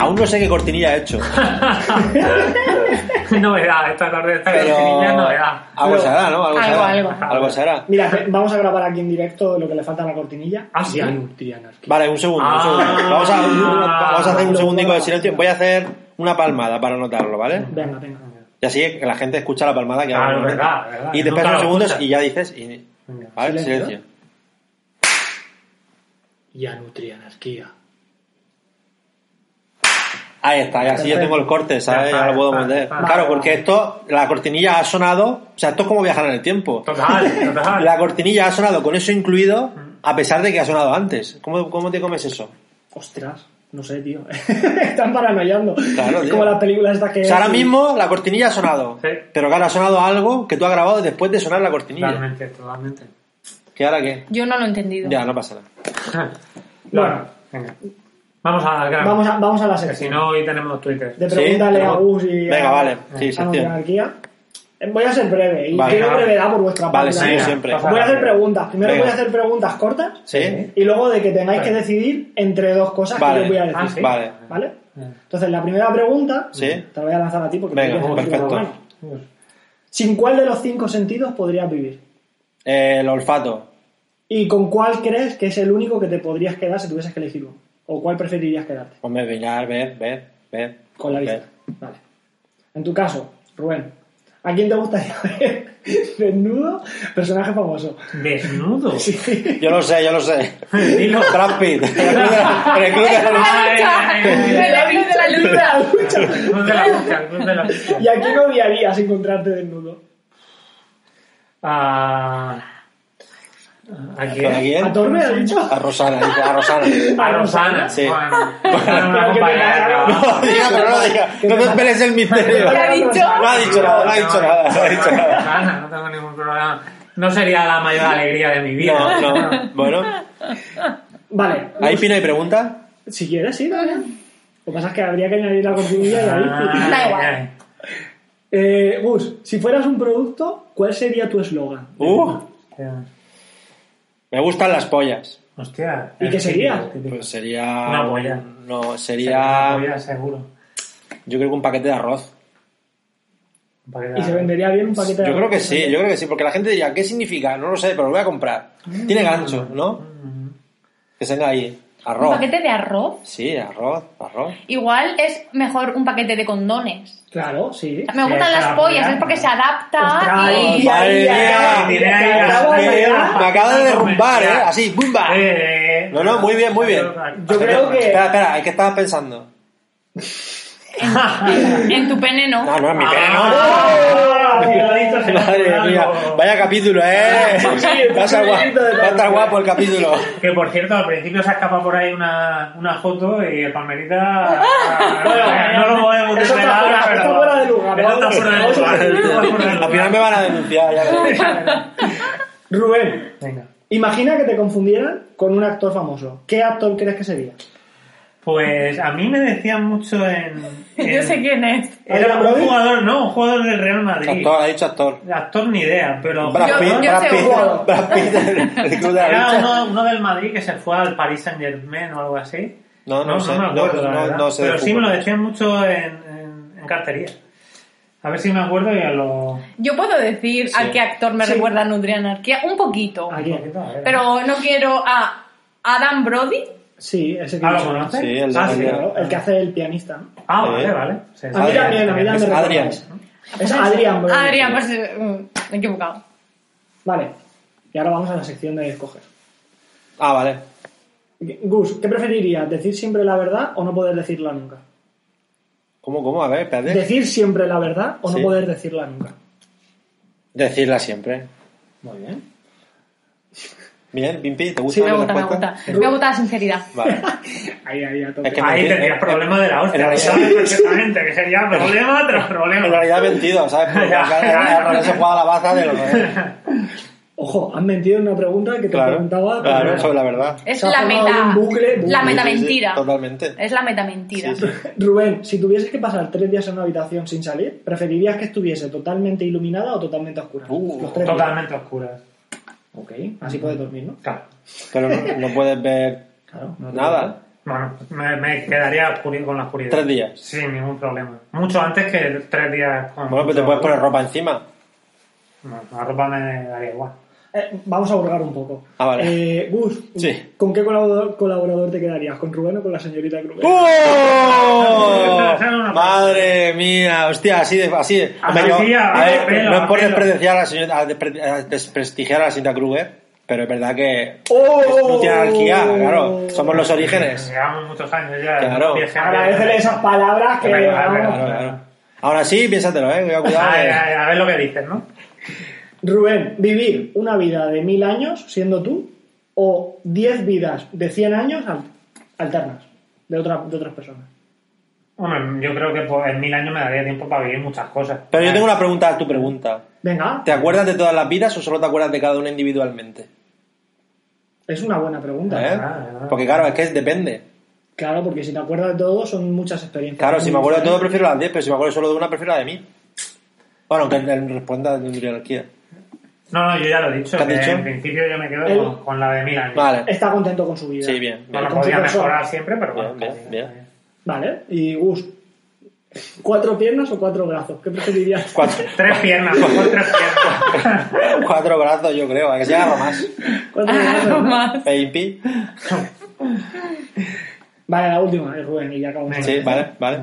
Speaker 1: Aún no sé qué cortinilla he hecho.
Speaker 2: novedad, esta tarde, esta
Speaker 1: Pero.
Speaker 2: cortinilla es novedad.
Speaker 1: Algo se hará, ¿no? Algo, se
Speaker 3: Algo,
Speaker 1: hará.
Speaker 3: algo.
Speaker 1: se hará.
Speaker 4: Mira, fe- vamos a grabar aquí en directo lo que le falta a la cortinilla.
Speaker 2: Ah, sí.
Speaker 4: Y a Nutrianarquía.
Speaker 1: Vale, un segundo, un segundo.
Speaker 2: Ah.
Speaker 1: Vamos a, vamos a hacer un
Speaker 4: Lo-
Speaker 1: segundico de silencio. Voy a hacer una palmada para anotarlo, ¿vale?
Speaker 4: Venga, venga.
Speaker 1: Y así que la gente escucha la palmada que
Speaker 2: Claro,
Speaker 1: hago.
Speaker 2: verdad, verdad.
Speaker 1: Y te
Speaker 2: Nunca
Speaker 1: esperas
Speaker 2: lo
Speaker 1: unos segundos
Speaker 2: escuchas.
Speaker 1: y ya dices. Y...
Speaker 4: Venga,
Speaker 1: Vale,
Speaker 4: silencio.
Speaker 1: silencio.
Speaker 2: Y a Nutrianarquía.
Speaker 1: Ahí está, y así yo
Speaker 4: Perfecto.
Speaker 1: tengo el corte, ¿sabes?
Speaker 2: Ya
Speaker 1: Ya
Speaker 2: está,
Speaker 1: lo puedo
Speaker 2: ya está,
Speaker 1: meter.
Speaker 2: ya está.
Speaker 1: Claro, porque esto, la cortinilla ha sonado. O sea, esto es como viajar en el tiempo.
Speaker 2: Total, total.
Speaker 1: La cortinilla ha sonado con eso incluido, a pesar de que ha sonado antes. ¿Cómo, cómo te comes eso?
Speaker 4: Ostras, no sé, tío. Están paranoiando.
Speaker 1: Claro,
Speaker 4: es
Speaker 1: tío.
Speaker 4: como las películas estas que.
Speaker 1: O sea, ahora mismo la cortinilla ha sonado.
Speaker 2: Sí.
Speaker 1: Pero claro, ha sonado algo que tú has grabado después de sonar la cortinilla.
Speaker 2: Totalmente, totalmente.
Speaker 1: ¿Qué ahora qué?
Speaker 3: Yo no lo he entendido.
Speaker 1: Ya, no pasa nada.
Speaker 2: Bueno, venga. Vamos al grano.
Speaker 4: Vamos a, vamos a la
Speaker 2: Que si
Speaker 4: sección.
Speaker 2: no, hoy tenemos Twitter.
Speaker 4: De
Speaker 1: Sí,
Speaker 4: pregúntale a
Speaker 1: tenemos-
Speaker 4: Gus y.
Speaker 1: Venga,
Speaker 4: a-
Speaker 1: vale, sí,
Speaker 4: a
Speaker 1: sección.
Speaker 4: Monarquía. Eh, Voy a ser breve y
Speaker 1: Vale.
Speaker 4: quiero brevedad por vuestra
Speaker 1: Vale,
Speaker 4: parte.
Speaker 1: sí,
Speaker 4: Venga.
Speaker 1: siempre.
Speaker 4: Voy a hacer preguntas. Primero
Speaker 1: Venga.
Speaker 4: voy a hacer preguntas cortas
Speaker 1: ¿Sí?
Speaker 4: y luego de que tengáis que decidir entre dos cosas que
Speaker 1: Vale.
Speaker 4: yo voy a decir.
Speaker 2: Ah, sí.
Speaker 1: Vale.
Speaker 4: ¿Vale? Entonces, la primera pregunta
Speaker 1: Sí.
Speaker 4: te la voy a lanzar a ti porque
Speaker 1: Venga,
Speaker 4: tú tienes el
Speaker 1: perfecto.
Speaker 4: tiro en la mano. ¿Sin cuál de los cinco sentidos podrías vivir?
Speaker 1: Eh, el olfato.
Speaker 4: ¿Y con cuál crees que es el único que te podrías quedar si tuvieses que elegir uno? ¿O cuál preferirías quedarte?
Speaker 1: Hombre, mirar, ver, ver, ver.
Speaker 4: Con la vista.
Speaker 1: ver.
Speaker 4: Vale. En tu caso, Rubén, ¿a quién te gustaría ver? Desnudo, personaje famoso.
Speaker 2: Desnudo.
Speaker 4: Sí.
Speaker 1: Yo lo sé, yo lo sé.
Speaker 2: Dilo.
Speaker 1: Brad Pitt. En el club de la- en el club de la lucha.
Speaker 2: Ay, ay, ay, ay. El club
Speaker 3: El club de la lucha.
Speaker 4: La lucha.
Speaker 2: de la lucha, el club de la lucha.
Speaker 4: ¿Y a quién odiarías encontrarte desnudo?
Speaker 2: Ah, ¿A
Speaker 1: ¿Con
Speaker 2: quién?
Speaker 1: quién?
Speaker 4: ¿A Torbe, has dicho?
Speaker 1: A Rosana, dice, a Rosana.
Speaker 2: A Rosana.
Speaker 1: Sí.
Speaker 2: Bueno, Rosana, una
Speaker 4: Pero que
Speaker 2: compañera de
Speaker 4: me-
Speaker 2: trabajo.
Speaker 1: No, diga, pero no diga. No te esperes el misterio.
Speaker 3: ¿Qué ha dicho?
Speaker 1: No ha dicho nada, no ha dicho nada, no ha dicho nada.
Speaker 2: Rosana, no tengo ningún problema. No sería la mayor alegría de mi vida.
Speaker 1: No, no. Bueno,
Speaker 4: Vale.
Speaker 1: ¿hay pina y pregunta?
Speaker 4: Si quieres, sí, dale. Lo que pasa es que habría que añadir la cortinilla y
Speaker 1: Ah.
Speaker 4: ahí.
Speaker 3: Da
Speaker 2: Ay,
Speaker 3: igual.
Speaker 2: ay.
Speaker 4: Eh, Gus, si fueras un producto, ¿cuál sería tu eslogan?
Speaker 1: Uh, me gustan las pollas.
Speaker 2: Hostia.
Speaker 4: ¿Y qué
Speaker 2: el
Speaker 4: sería?
Speaker 2: típico, el típico.
Speaker 1: Pues sería.
Speaker 2: Una polla.
Speaker 1: No,
Speaker 2: Sería una
Speaker 1: sería.
Speaker 2: polla, seguro.
Speaker 1: Yo creo que un paquete de arroz.
Speaker 2: Un paquete de
Speaker 4: Y se
Speaker 2: arroz.
Speaker 4: vendería bien un paquete de
Speaker 1: Yo creo que
Speaker 4: arroz.
Speaker 1: sí, yo creo que sí, porque la gente diría, ¿qué significa? No lo sé, pero lo voy a comprar. Tiene gancho, ¿no? Que tenga ahí.
Speaker 3: Un
Speaker 1: Arroz.
Speaker 3: paquete de arroz.
Speaker 1: Sí, arroz, arroz.
Speaker 3: Igual es mejor un paquete de condones.
Speaker 4: Claro, sí. Pues
Speaker 3: Me gustan
Speaker 2: Sí,
Speaker 3: las
Speaker 2: claro,
Speaker 3: pollas,
Speaker 2: ya.
Speaker 3: es porque se adapta.
Speaker 4: Ostras,
Speaker 3: y-
Speaker 4: ahí, ahí,
Speaker 1: Madre
Speaker 4: ahí,
Speaker 1: mía.
Speaker 4: te acabo de
Speaker 1: Me,
Speaker 4: pegar.
Speaker 1: me acaba de derrumbar, ¿eh? Así, ¡bumba!
Speaker 2: Eh, eh,
Speaker 1: No, no, muy bien, muy bien.
Speaker 4: Yo creo que-
Speaker 1: Espera, espera, ¿en qué estabas pensando?
Speaker 3: En tu pene no.
Speaker 1: No, no, en mi pene no.
Speaker 2: Ah, cuidadito, se me ha
Speaker 1: Madre
Speaker 2: colado.
Speaker 1: mía, vaya capítulo, ¿eh? Va a estar guapo, va a estar guapo el capítulo.
Speaker 2: Que por cierto, al principio se ha escapado por ahí una, una foto y el Palmerita. ah,
Speaker 4: Bueno,
Speaker 2: no lo podemos
Speaker 4: eso está
Speaker 2: desvelar,
Speaker 4: fuera-
Speaker 2: pero.
Speaker 4: está fuera de lugar,
Speaker 2: Eso está
Speaker 4: vamos.
Speaker 2: fuera de lugar. está fuera de
Speaker 1: Al final me
Speaker 2: lugar.
Speaker 1: van a denunciar, ya verás.
Speaker 4: Rubén,
Speaker 2: Venga.
Speaker 4: imagina que te confundieran con un actor famoso. ¿Qué actor crees que sería?
Speaker 2: Pues a mí me decían mucho en. en-
Speaker 3: Yo sé quién es.
Speaker 2: Era un
Speaker 4: ¿Brody?
Speaker 2: jugador, no, un jugador del Real Madrid.
Speaker 1: Actor, ha dicho actor.
Speaker 2: Actor ni idea, pero.
Speaker 1: Brad Pitt,
Speaker 3: yo
Speaker 1: Brad
Speaker 3: sé
Speaker 1: Pitt,
Speaker 3: uno.
Speaker 1: Brad Pitt, el club de la
Speaker 2: Era
Speaker 1: lucha.
Speaker 2: uno, uno del Madrid que se fue al Paris Saint Germain o algo así.
Speaker 1: No, no sé,
Speaker 2: me
Speaker 1: no,
Speaker 2: acuerdo, la
Speaker 1: no,
Speaker 2: verdad.
Speaker 1: no sé de
Speaker 2: Pero sí me
Speaker 1: fútbol.
Speaker 2: lo decían mucho en, en, en cartería. A ver si me acuerdo y a lo.
Speaker 3: Yo puedo decir
Speaker 1: Sí.
Speaker 3: a qué actor me
Speaker 4: Sí.
Speaker 3: recuerda a Nutrian Anarquía. Un poquito.
Speaker 4: ¿A
Speaker 2: un
Speaker 4: quién?
Speaker 2: poquito, a ver.
Speaker 3: Pero Ah, no quiero a Adam Brody.
Speaker 4: Sí, ese que
Speaker 2: Ah, ¿lo conoces?
Speaker 1: Sí, el de
Speaker 2: ah,
Speaker 4: Sí,
Speaker 1: Adrián.
Speaker 4: claro, el que hace el pianista. ¿no?
Speaker 2: Ah,
Speaker 1: Sí.
Speaker 2: vale, vale. Sí,
Speaker 4: A mí
Speaker 1: Adrián,
Speaker 4: también, a mí
Speaker 1: es
Speaker 4: también me
Speaker 1: Adrián.
Speaker 4: recuerda eso. Es Adrián, Brody.
Speaker 3: Adrián, pues eh, mm, me he equivocado.
Speaker 4: Vale, y ahora vamos a la sección de escoger.
Speaker 1: Ah, vale.
Speaker 4: Gus, ¿qué preferirías? ¿Decir siempre la verdad o no poder decirla nunca?
Speaker 1: ¿Eh? ¿Cómo, cómo? A ver, espérate.
Speaker 4: ¿Decir siempre la verdad o no
Speaker 1: Sí.
Speaker 4: poder decirla nunca?
Speaker 1: Decirla siempre.
Speaker 4: Muy bien.
Speaker 1: Bien, Pimpi, ¿te gusta
Speaker 4: Sí,
Speaker 1: la
Speaker 3: Me gusta, me
Speaker 1: respuesta?
Speaker 3: gusta. Me gusta la sinceridad.
Speaker 1: Vale.
Speaker 4: Ahí, ahí, a tope.
Speaker 1: Es que me-
Speaker 2: Ahí tendrías
Speaker 1: eh,
Speaker 2: problema de la
Speaker 1: en
Speaker 2: hostia. Lo
Speaker 1: realidad-
Speaker 2: sabes perfectamente, que sería problema tras
Speaker 1: En
Speaker 2: problema.
Speaker 1: realidad he mentido, ¿sabes? Porque
Speaker 2: Ya.
Speaker 1: acá- acá acá se juega la baza de los...
Speaker 4: Ojo, han mentido en una pregunta que te
Speaker 1: Claro,
Speaker 4: preguntaba.
Speaker 1: claro, sobre la verdad.
Speaker 3: Es
Speaker 4: Se ha
Speaker 3: la
Speaker 4: formado
Speaker 3: meta.
Speaker 4: un bucle, bucle.
Speaker 3: la
Speaker 4: Sí,
Speaker 3: meta
Speaker 1: Sí, sí,
Speaker 3: mentira.
Speaker 1: Totalmente.
Speaker 3: Es la meta mentira.
Speaker 1: Sí, sí.
Speaker 4: Rubén, si tuvieses que pasar tres días en una habitación sin salir, ¿preferirías que estuviese totalmente iluminada o totalmente oscura?
Speaker 1: Uh,
Speaker 4: Los tres días.
Speaker 2: Totalmente oscuras.
Speaker 4: Ok, así puedes dormir, ¿no?
Speaker 2: Claro.
Speaker 1: Pero no, no puedes ver
Speaker 4: Claro. no te
Speaker 1: nada.
Speaker 2: Bueno, me, me quedaría oscuri- con la oscuridad.
Speaker 1: Tres días.
Speaker 2: Sin ningún problema. Mucho antes que tres días con.
Speaker 1: Bueno, pero te
Speaker 2: mucho-
Speaker 1: puedes poner ropa encima.
Speaker 2: No, la ropa me daría igual.
Speaker 4: Eh, vamos a burgar un poco.
Speaker 1: Ah, vale.
Speaker 4: Eh, Gus,
Speaker 1: Sí.
Speaker 4: ¿con qué colaborador, colaborador te quedarías? ¿Con Rubén o con la señorita Cruz?
Speaker 1: Uh. ¡Oh! Madre mía, hostia, así de así. de-
Speaker 2: Así, Ah, sí, a-
Speaker 1: a ver,
Speaker 2: a pelo,
Speaker 1: no es por
Speaker 2: a pelo.
Speaker 1: desprestigiar a la señora, a despre- a desprestigiar a la señora Kruger, pero es verdad que
Speaker 4: ¡Oh!
Speaker 1: no tiene anarquía, claro. Somos los orígenes.
Speaker 2: Eh, Llevamos muchos años ya.
Speaker 1: Claro.
Speaker 2: Vieja-
Speaker 4: Agradecele esas palabras que...
Speaker 2: Claro,
Speaker 4: vamos.
Speaker 1: Claro, claro. Ahora sí, piénsatelo, eh. Cuidado, cuidado.
Speaker 2: Ay,
Speaker 1: eh.
Speaker 2: ay, a ver lo que dices, ¿no?
Speaker 4: Rubén, vivir una vida de mil años siendo tú o diez vidas de cien años al- alternas de, otra, de otras personas.
Speaker 2: Hombre, yo creo que pues, en mil años me daría tiempo para vivir muchas cosas.
Speaker 1: Pero yo tengo una pregunta a tu pregunta.
Speaker 4: Venga,
Speaker 1: ¿Te acuerdas de todas las vidas o solo te acuerdas de cada una individualmente?
Speaker 4: es una buena pregunta.
Speaker 1: ¿Eh? Porque claro, es que depende.
Speaker 4: Claro, porque si te acuerdas de todo son muchas experiencias.
Speaker 1: Claro, si me acuerdo de todo
Speaker 4: Muy
Speaker 1: prefiero las 10, pero si me acuerdo solo de una prefiero la de mí. Bueno, que él responda de hierarquía.
Speaker 2: No, no, yo ya lo he dicho.
Speaker 1: ¿Qué has
Speaker 2: que
Speaker 1: dicho?
Speaker 2: En principio yo me quedo
Speaker 4: El-
Speaker 2: con, con la de mil años.
Speaker 4: diferentes.
Speaker 1: Vale.
Speaker 4: Está contento con su vida.
Speaker 1: Sí, bien.
Speaker 2: No
Speaker 1: bien.
Speaker 2: la
Speaker 4: Con su
Speaker 2: podía
Speaker 4: persona.
Speaker 2: mejorar siempre, pero bueno.
Speaker 1: Bien,
Speaker 2: casi,
Speaker 1: bien,
Speaker 2: ¿no?
Speaker 4: Vale, y Gus, ¿cuatro piernas o cuatro brazos? ¿Qué preferirías?
Speaker 1: Cuatro,
Speaker 2: Tres piernas, mejor tres piernas.
Speaker 1: cuatro brazos, yo creo. A que se haga más. E
Speaker 4: Cuatro
Speaker 3: Algo
Speaker 4: brazos.
Speaker 3: más.
Speaker 1: Pimpi.
Speaker 4: Vale, la última, es Rubén, y ya acabamos.
Speaker 1: Sí, vale, vale.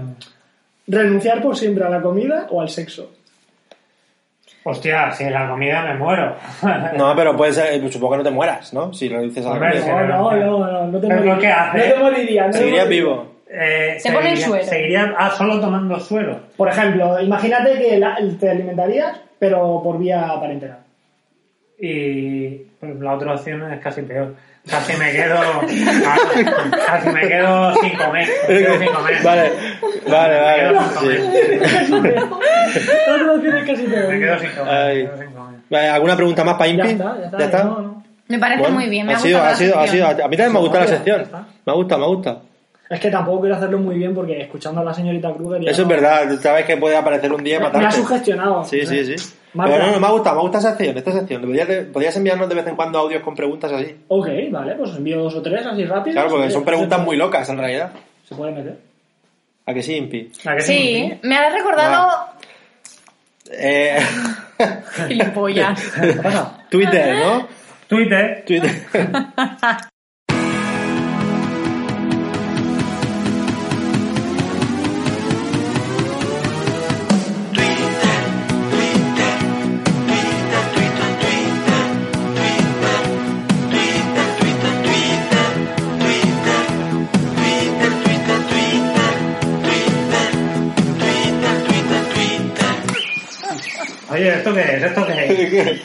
Speaker 4: ¿Renunciar por siempre a la comida o al sexo?
Speaker 2: Hostia, si la comida me muero.
Speaker 1: No, pero puede ser, eh, supongo que no te mueras, ¿no? Si lo dices a la
Speaker 2: Hombre,
Speaker 1: comida.
Speaker 2: sí.
Speaker 4: No, no, no, no, no te
Speaker 2: Pero
Speaker 4: morirías.
Speaker 2: ¿qué haces?
Speaker 4: No te morirías. no te
Speaker 1: Seguirías
Speaker 4: morirías.
Speaker 1: vivo.
Speaker 2: Eh,
Speaker 3: Se pone el
Speaker 2: seguiría-
Speaker 3: suero.
Speaker 2: Seguiría ah, solo tomando suero.
Speaker 4: Por ejemplo, imagínate que la- te alimentarías, pero por vía parenteral.
Speaker 2: Y pues, la otra opción es casi peor. Casi me quedo, casi me quedo sin comer. Me quedo sin comer.
Speaker 1: Vale, vale,
Speaker 2: Me
Speaker 1: vale.
Speaker 2: quedo sin
Speaker 1: sí.
Speaker 2: comer.
Speaker 4: No, no tienes casi
Speaker 2: Me
Speaker 4: todo.
Speaker 2: quedo sin comer.
Speaker 1: Ay.
Speaker 2: me quedo sin comer.
Speaker 1: Vale, ¿Alguna pregunta más para
Speaker 4: Ya
Speaker 1: Impi?
Speaker 4: está, ya está.
Speaker 1: ¿Ya está?
Speaker 4: no, no.
Speaker 3: Me parece
Speaker 1: Bueno,
Speaker 3: muy bien. Me
Speaker 1: ha
Speaker 3: ha
Speaker 1: sido,
Speaker 3: gustado
Speaker 1: ha
Speaker 3: la
Speaker 1: sido, ha sido.
Speaker 3: sección.
Speaker 1: A mí también me ha gustado la
Speaker 4: Ya
Speaker 1: sección.
Speaker 4: está.
Speaker 1: Me gusta, me gusta.
Speaker 4: Es que tampoco quiero hacerlo muy bien porque escuchando a la señorita Kruger. ya
Speaker 1: Eso es
Speaker 4: no-
Speaker 1: verdad, sabes que puede aparecer un día y
Speaker 4: Me,
Speaker 1: matarte.
Speaker 4: ha sugestionado.
Speaker 1: Sí, sí, sí.
Speaker 4: Marta.
Speaker 1: Pero no, no, me ha gustado, me ha gustado esa sección, esta sección. Podrías, podrías enviarnos de vez en cuando audios con preguntas así.
Speaker 4: Ok, vale, pues envío dos o tres así rápido.
Speaker 1: Claro, porque
Speaker 4: Se-
Speaker 1: son
Speaker 4: se-
Speaker 1: preguntas muy locas en realidad.
Speaker 4: Se puede meter.
Speaker 1: ¿A Ah. que sí, Impi?
Speaker 2: ¿A que
Speaker 3: Sí, me ha recordado
Speaker 1: Eh,
Speaker 3: Gilipollas.
Speaker 1: Twitter, ¿no?
Speaker 2: Twitter.
Speaker 1: Twitter.
Speaker 2: Oye, ¿esto qué es? ¿Esto qué es?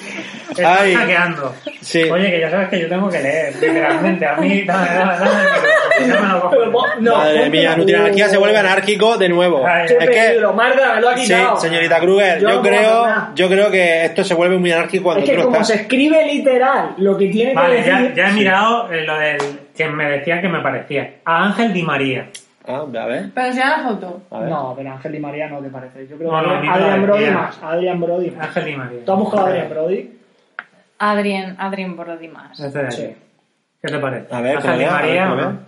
Speaker 2: Estás
Speaker 1: Ay.
Speaker 2: hackeando.
Speaker 1: Sí.
Speaker 2: Oye, que ya sabes que yo tengo que leer, literalmente. A mí, dame, dame, dame. el micrófono, yo me lo cojo.
Speaker 4: Pero po- no,
Speaker 1: Madre
Speaker 4: ponte
Speaker 1: mía,
Speaker 4: la-
Speaker 1: Nutrinarquía se vuelve anárquico de nuevo.
Speaker 2: Ay.
Speaker 4: Qué
Speaker 1: Es que,
Speaker 4: peligro, Marta, me lo ha
Speaker 1: sí,
Speaker 4: quitado.
Speaker 1: señorita Kruger, yo,
Speaker 4: no puedo hacer
Speaker 1: creo,
Speaker 4: nada.
Speaker 1: yo creo que esto se vuelve muy anárquico cuando
Speaker 4: Es que
Speaker 1: tú no
Speaker 4: como
Speaker 1: estás.
Speaker 4: se escribe literal lo que tiene que
Speaker 2: Vale, ya,
Speaker 4: decir...
Speaker 2: ya he mirado eh, lo del que me decían que me parecía. A Ángel Di María.
Speaker 1: Ah, a ver,
Speaker 3: Pero si la foto.
Speaker 1: a ver.
Speaker 4: No, pero Ángel y María no te parece. Yo creo
Speaker 2: No,
Speaker 4: que
Speaker 2: no, ni
Speaker 4: Adrian
Speaker 2: nada,
Speaker 4: Brody
Speaker 2: ni
Speaker 4: más. Adrian Brody más.
Speaker 2: Ángel Di María.
Speaker 4: ¿Tú has buscado a Adrian Brody?
Speaker 3: Adrien, Adrien Brody más.
Speaker 2: Este de aquí.
Speaker 4: Sí.
Speaker 2: ¿Qué te parece?
Speaker 1: A ver, que
Speaker 2: Ángel
Speaker 1: lo
Speaker 2: Di
Speaker 1: vea, a
Speaker 2: María.
Speaker 1: ver, que lo
Speaker 2: ¿no?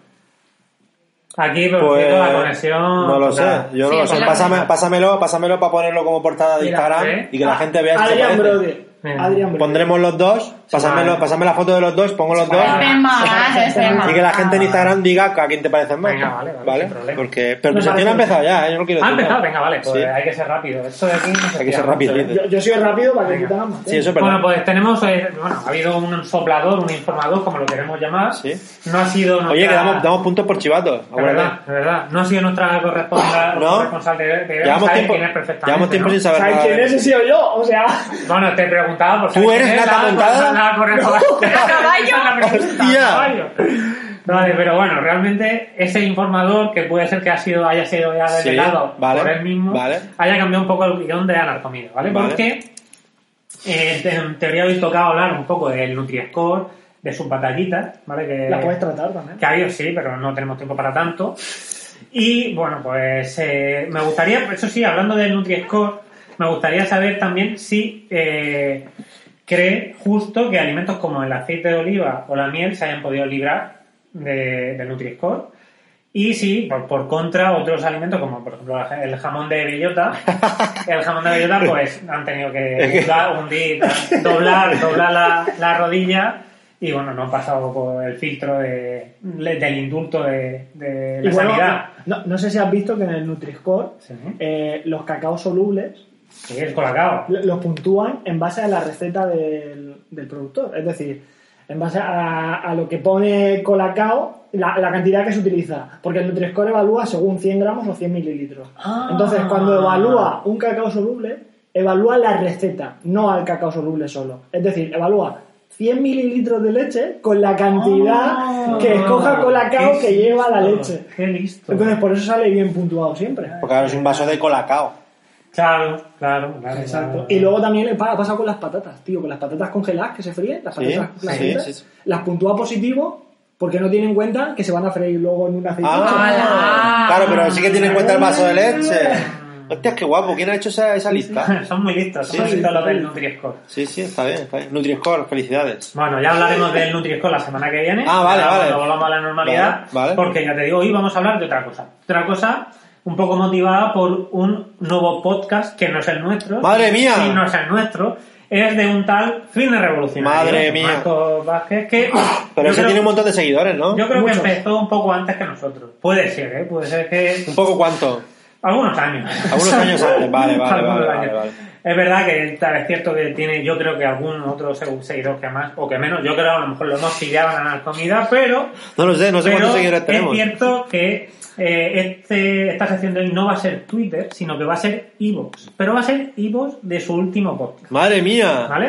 Speaker 2: Aquí, pero
Speaker 1: Pues,
Speaker 2: la conexión.
Speaker 1: no lo sé,
Speaker 2: tocada.
Speaker 1: yo
Speaker 3: Sí,
Speaker 4: pues
Speaker 1: no lo
Speaker 3: es
Speaker 1: sé.
Speaker 3: la
Speaker 1: Pásame-
Speaker 3: misma.
Speaker 1: pásamelo, pásamelo para ponerlo como portada de
Speaker 4: Mira,
Speaker 1: Instagram
Speaker 2: ¿eh?
Speaker 1: y que la
Speaker 4: Ah,
Speaker 1: gente vea si se
Speaker 4: Adrian
Speaker 1: parece.
Speaker 4: Brody.
Speaker 2: Mira.
Speaker 4: Adrian Brody.
Speaker 1: Pondremos los dos, pásamelo,
Speaker 2: vale.
Speaker 1: pásame la foto de los dos, pongo los dos.
Speaker 3: Este más, este más.
Speaker 1: Y que la gente en Instagram diga a quién te pareces más.
Speaker 2: Ah, Venga, vale, vale, sin problema.
Speaker 1: Porque, pero
Speaker 4: Me
Speaker 1: tu sección ha
Speaker 4: parece.
Speaker 1: empezado ya, ¿eh? yo no quiero
Speaker 2: Ah,
Speaker 1: decir
Speaker 2: empezado,
Speaker 1: nada.
Speaker 2: venga, vale. Pues
Speaker 1: Sí.
Speaker 2: hay que ser rápido. Esto de aquí no se
Speaker 1: Hay que
Speaker 2: tira. ¿eh?
Speaker 1: ser rápido.
Speaker 4: Yo, yo soy rápido para que tú te hagas más.
Speaker 1: Sí, eso es verdad.
Speaker 2: Bueno, pues tenemos, eh, bueno, ha habido un soplador, un informador, como lo queremos llamar.
Speaker 1: Sí.
Speaker 2: No ha sido nuestra...
Speaker 1: Oye, que damos, damos puntos por chivatos.
Speaker 2: pues, Es verdad, es verdad. No ha sido nuestra corresponsal,
Speaker 1: No.
Speaker 2: corresponsal de, de
Speaker 1: Llevamos
Speaker 2: saber
Speaker 1: tiempo,
Speaker 2: quién es perfectamente,
Speaker 1: llevamos tiempo
Speaker 2: ¿no?
Speaker 1: sin saber
Speaker 4: ¿Sabes
Speaker 1: nada.
Speaker 4: quién
Speaker 1: de-
Speaker 4: es? He sido yo, o sea...
Speaker 2: Bueno, te preguntaba por
Speaker 1: ¿Tú
Speaker 2: saber
Speaker 1: eres
Speaker 2: quién es
Speaker 1: Nata
Speaker 2: la
Speaker 1: Montada?
Speaker 2: corresponsal- la corresponsal-
Speaker 3: ¡No!
Speaker 2: la corresponsal-
Speaker 1: ¡Hostia!
Speaker 2: caballo. Vale, pero bueno, realmente ese informador que puede ser que ha sido, haya sido ya
Speaker 1: Sí,
Speaker 2: delegado
Speaker 1: vale,
Speaker 2: por él mismo,
Speaker 1: vale.
Speaker 2: haya cambiado un poco el guión de Anarcomida, ¿vale?
Speaker 1: Vale.
Speaker 2: Porque eh, te- en teoría hoy tocaba hablar un poco del Nutri-Score, de sus batallitas, ¿vale? Que,
Speaker 4: La puedes tratar también.
Speaker 2: ¿eh? que ha habido, sí, pero no tenemos tiempo para tanto. Y bueno, pues eh, me gustaría, eso sí, hablando del Nutri-Score, me gustaría saber también si eh, cree justo que alimentos como el aceite de oliva o la miel se hayan podido librar de- del Nutri-Score. Y si, por, por contra, otros alimentos como por ejemplo la- el jamón de bellota, el jamón de bellota, pues han tenido que doblar, hundir, doblar, doblar la, la rodilla y bueno, no han pasado por el filtro de, del indulto de, de la
Speaker 4: Y bueno,
Speaker 2: sanidad.
Speaker 4: no, no sé si has visto que en el Nutri-Score
Speaker 2: Sí.
Speaker 4: eh, los cacaos solubles
Speaker 2: Sí, el colacao.
Speaker 4: lo- los puntúan en base a la receta del, del productor. Es decir, en base a, a lo que pone Colacao, la, la cantidad que se utiliza. Porque el Nutri-Score evalúa según 100 gramos o 100 mililitros. Entonces, cuando evalúa un cacao soluble, evalúa la receta, no al cacao soluble solo. Es decir, evalúa 100 mililitros de leche con la cantidad
Speaker 2: Oh.
Speaker 4: que escoja Colacao
Speaker 2: Qué
Speaker 4: que lleva la
Speaker 2: listo,
Speaker 4: leche.
Speaker 2: Qué listo.
Speaker 4: Entonces, por eso sale bien puntuado siempre.
Speaker 1: Porque ahora es un vaso de colacao.
Speaker 2: Claro, claro, claro.
Speaker 4: Exacto.
Speaker 2: claro.
Speaker 4: Y luego también le pa- ha pasado con las patatas, tío, con las patatas congeladas que se fríen, las
Speaker 1: Sí,
Speaker 4: patatas
Speaker 1: sí,
Speaker 4: congeladas,
Speaker 1: sí, sí.
Speaker 4: las puntúa positivo porque no tiene en cuenta que se van a freír luego en una aceite.
Speaker 1: Ah, claro, pero sí que tiene en cuenta el vaso de leche. Hostia, qué guapo. ¿Quién ha hecho esa, esa lista?
Speaker 2: son muy listos, son
Speaker 1: Sí,
Speaker 2: muy
Speaker 1: sí,
Speaker 2: listos los
Speaker 4: sí.
Speaker 2: del Nutri-Score.
Speaker 1: Sí, sí, está bien. Está bien. Nutri-Score, felicidades.
Speaker 2: Bueno, ya hablaremos del Nutri-Score la semana que viene.
Speaker 1: Ah, vale,
Speaker 2: Ya
Speaker 1: vale.
Speaker 2: Cuando volvamos a la normalidad.
Speaker 1: Vale, vale.
Speaker 2: Porque ya te digo, hoy vamos a hablar de otra cosa. Otra cosa un poco motivada por un nuevo podcast que no es el nuestro.
Speaker 1: ¡Madre mía!
Speaker 2: Sí, no es el nuestro. Es de un tal Cine Revolucionario.
Speaker 1: ¡Madre mía!
Speaker 2: Marco Vázquez, que...
Speaker 1: Pero
Speaker 2: yo
Speaker 1: ese
Speaker 2: creo-
Speaker 1: tiene un montón de seguidores, ¿no?
Speaker 2: Yo creo
Speaker 4: Muchos.
Speaker 2: que empezó un poco antes que nosotros. Puede ser, ¿eh? Puede ser que...
Speaker 1: Un poco cuánto.
Speaker 2: Algunos años.
Speaker 1: Algunos años antes. Vale, vale,
Speaker 2: Algunos
Speaker 1: vale, vale,
Speaker 2: años.
Speaker 1: vale.
Speaker 2: Es verdad que tal es cierto que tiene, yo creo que algún otro segu- seguidor que más o que menos, yo creo que a lo mejor los dos pillaban a la comida, pero,
Speaker 1: No lo sé, no sé
Speaker 2: pero
Speaker 1: cuántos seguidores
Speaker 2: es
Speaker 1: tenemos.
Speaker 2: cierto que eh, este, esta sección de hoy no va a ser Twitter, sino que va a ser Evox, pero va a ser Evox de su último podcast,
Speaker 1: Madre mía.
Speaker 2: ¿vale?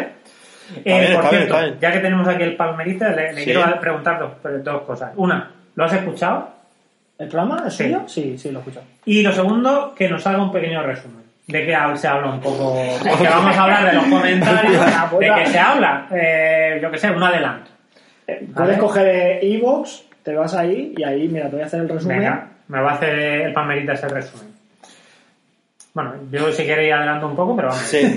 Speaker 1: bien,
Speaker 2: Eh, por
Speaker 1: está bien,
Speaker 2: cierto,
Speaker 1: está bien.
Speaker 2: ya que tenemos aquí el palmerista, le, le
Speaker 1: Sí.
Speaker 2: quiero preguntar dos, pero dos cosas. Una, ¿lo has escuchado?
Speaker 4: ¿El programa es
Speaker 2: Sí.
Speaker 4: suyo? Sí, sí, lo escucho.
Speaker 2: Y lo segundo, que nos haga un pequeño resumen. De que se habla un poco. Porque vamos a hablar de los comentarios. de que se habla. Eh, yo que sé, un adelanto.
Speaker 4: Eh, Puedes
Speaker 2: Vale.
Speaker 4: coger Evox, te vas ahí y ahí, mira, te voy a hacer el resumen.
Speaker 2: Venga, me va a hacer el palmerita ese resumen. Bueno, yo si queréis adelanto un poco, pero vamos.
Speaker 1: Sí.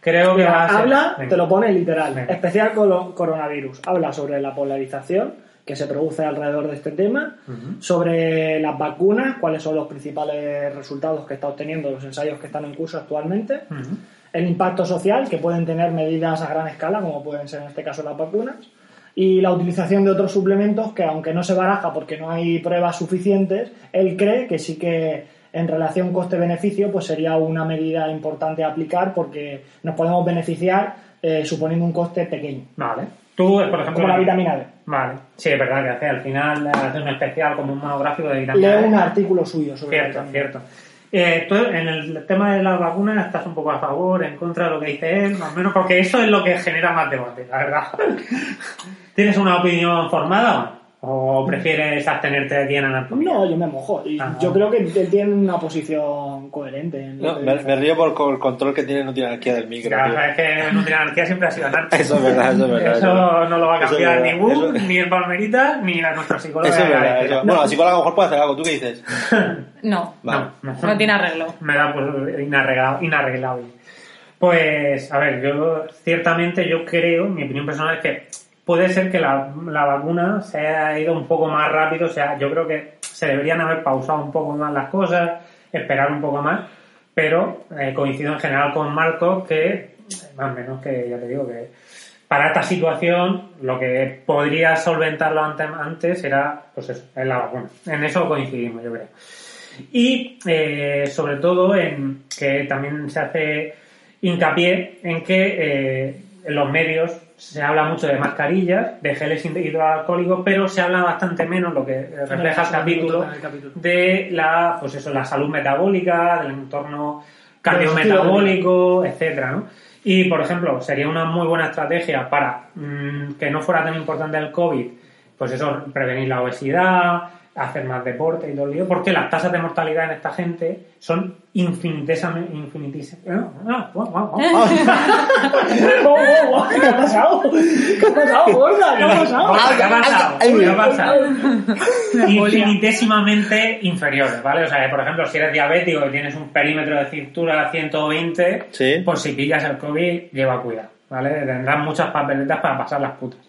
Speaker 2: Creo que va a ser.
Speaker 4: Habla,
Speaker 2: Venga.
Speaker 4: te lo pone literal.
Speaker 2: Venga.
Speaker 4: Especial colo- coronavirus. Habla sobre la polarización, que se produce alrededor de este tema, sobre las vacunas, cuáles son los principales resultados que está obteniendo los ensayos que están en curso actualmente, el impacto social que pueden tener medidas a gran escala, como pueden ser en este caso las vacunas, y la utilización de otros suplementos que, aunque no se baraja porque no hay pruebas suficientes, él cree que sí que en relación coste-beneficio pues sería una medida importante a aplicar porque nos podemos beneficiar eh, suponiendo un coste pequeño,
Speaker 2: Vale. Tú, por ejemplo.
Speaker 4: como la vitamina D.
Speaker 2: Vale. Sí, es verdad que hace al final hace un especial como un monográfico de vitamina E.
Speaker 4: Leo
Speaker 2: D.
Speaker 4: un artículo suyo sobre la
Speaker 2: Cierto,
Speaker 4: vitamina D.
Speaker 2: cierto. Eh, tú, en el tema de las vacunas estás un poco a favor, en contra de lo que dice él, más o menos, porque eso es lo que genera más debate, la verdad. ¿Tienes una opinión formada o prefieres abstenerte de aquí en anatomía?
Speaker 4: No, yo me mojo. Y
Speaker 2: Ajá.
Speaker 4: yo creo que él tiene una posición coherente. en lo
Speaker 1: No,
Speaker 4: que
Speaker 1: me,
Speaker 4: dice.
Speaker 1: me río por co- el control que tiene Nutrina Anarquía del micro.
Speaker 2: Ya,
Speaker 1: tío.
Speaker 2: sabes que Nutrina Anarquía siempre ha sido anarquista.
Speaker 1: Eso es verdad, eso es verdad.
Speaker 2: Eso no lo va a
Speaker 1: Eso es
Speaker 2: cambiar
Speaker 1: verdad,
Speaker 2: ni Google,
Speaker 1: eso-
Speaker 2: ni el Palmerita, ni la nuestra psicóloga.
Speaker 1: Eso es
Speaker 2: de la
Speaker 1: verdad.
Speaker 2: ETE.
Speaker 1: eso- Bueno, la psicóloga a lo mejor puede hacer algo. ¿Tú qué dices?
Speaker 3: Ah, No,
Speaker 1: Vale.
Speaker 2: No, no.
Speaker 3: no tiene arreglo.
Speaker 2: me da pues inarregla- inarreglable. Pues, a ver, yo ciertamente yo creo, mi opinión personal es que puede ser que la, la vacuna se haya ido un poco más rápido, o sea, yo creo que se deberían haber pausado un poco más las cosas, esperar un poco más, pero eh, coincido en general con Marco que, más o menos que ya te digo, que para esta situación lo que podría solventarlo ante- antes era, pues eso, en la vacuna. En eso coincidimos, yo creo y eh, sobre todo en que también se hace hincapié en que eh, en los medios se habla mucho de mascarillas, de geles hidroalcohólicos, pero se habla bastante menos, lo que eh, refleja el capítulo,
Speaker 4: En el capítulo.
Speaker 2: de la, pues eso, la salud metabólica, del entorno cardiometabólico, etcétera, ¿no? Y, por ejemplo, sería una muy buena estrategia para mm, que no fuera tan importante el COVID, pues eso, prevenir la obesidad, hacer más deporte y todo el lío, porque las tasas de mortalidad en esta gente son infinitesamente... infinitísimas. Ah, ah, guau, guau, guau.
Speaker 4: Oh, oh, oh, ¿Qué ha pasado? ¿Qué ha pasado, gorda? ¿Qué ha pasado?
Speaker 2: Ahora, ¿qué ha pasado? ¿Qué ha pasado?
Speaker 4: Julia.
Speaker 2: Infinitésimamente inferiores, ¿vale? O sea, que, por ejemplo, si eres diabético y tienes un perímetro de cintura de 120,
Speaker 1: Sí.
Speaker 2: por si pillas el COVID, lleva cuidado, ¿vale? Tendrás muchas papeletas para pasar las putas.